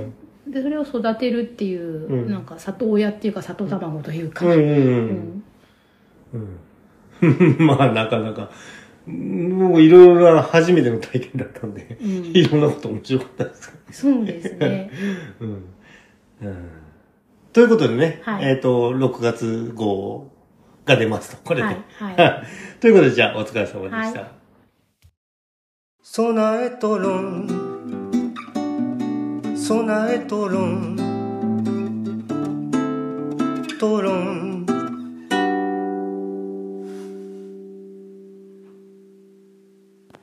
Speaker 1: ん
Speaker 2: で、それを育てるっていう、
Speaker 1: うん
Speaker 2: なんか里親っていうか里卵というか、
Speaker 1: うんうん
Speaker 2: う
Speaker 1: うん。
Speaker 2: ん
Speaker 1: うん まあ、なかなか。もういろいろな初めての体験だったんで、
Speaker 2: うん
Speaker 1: いろんなこと面白かったですけ
Speaker 2: そうです ね。
Speaker 1: ど。うん。うんということでね、
Speaker 2: はい
Speaker 1: えっ、と、6月号が出ますと、これで。
Speaker 2: はい、はい。
Speaker 1: ということで、じゃあ、お疲れ様で
Speaker 2: は
Speaker 1: し
Speaker 2: い
Speaker 1: た。ソナエトロン、ソナエトロン、トロン。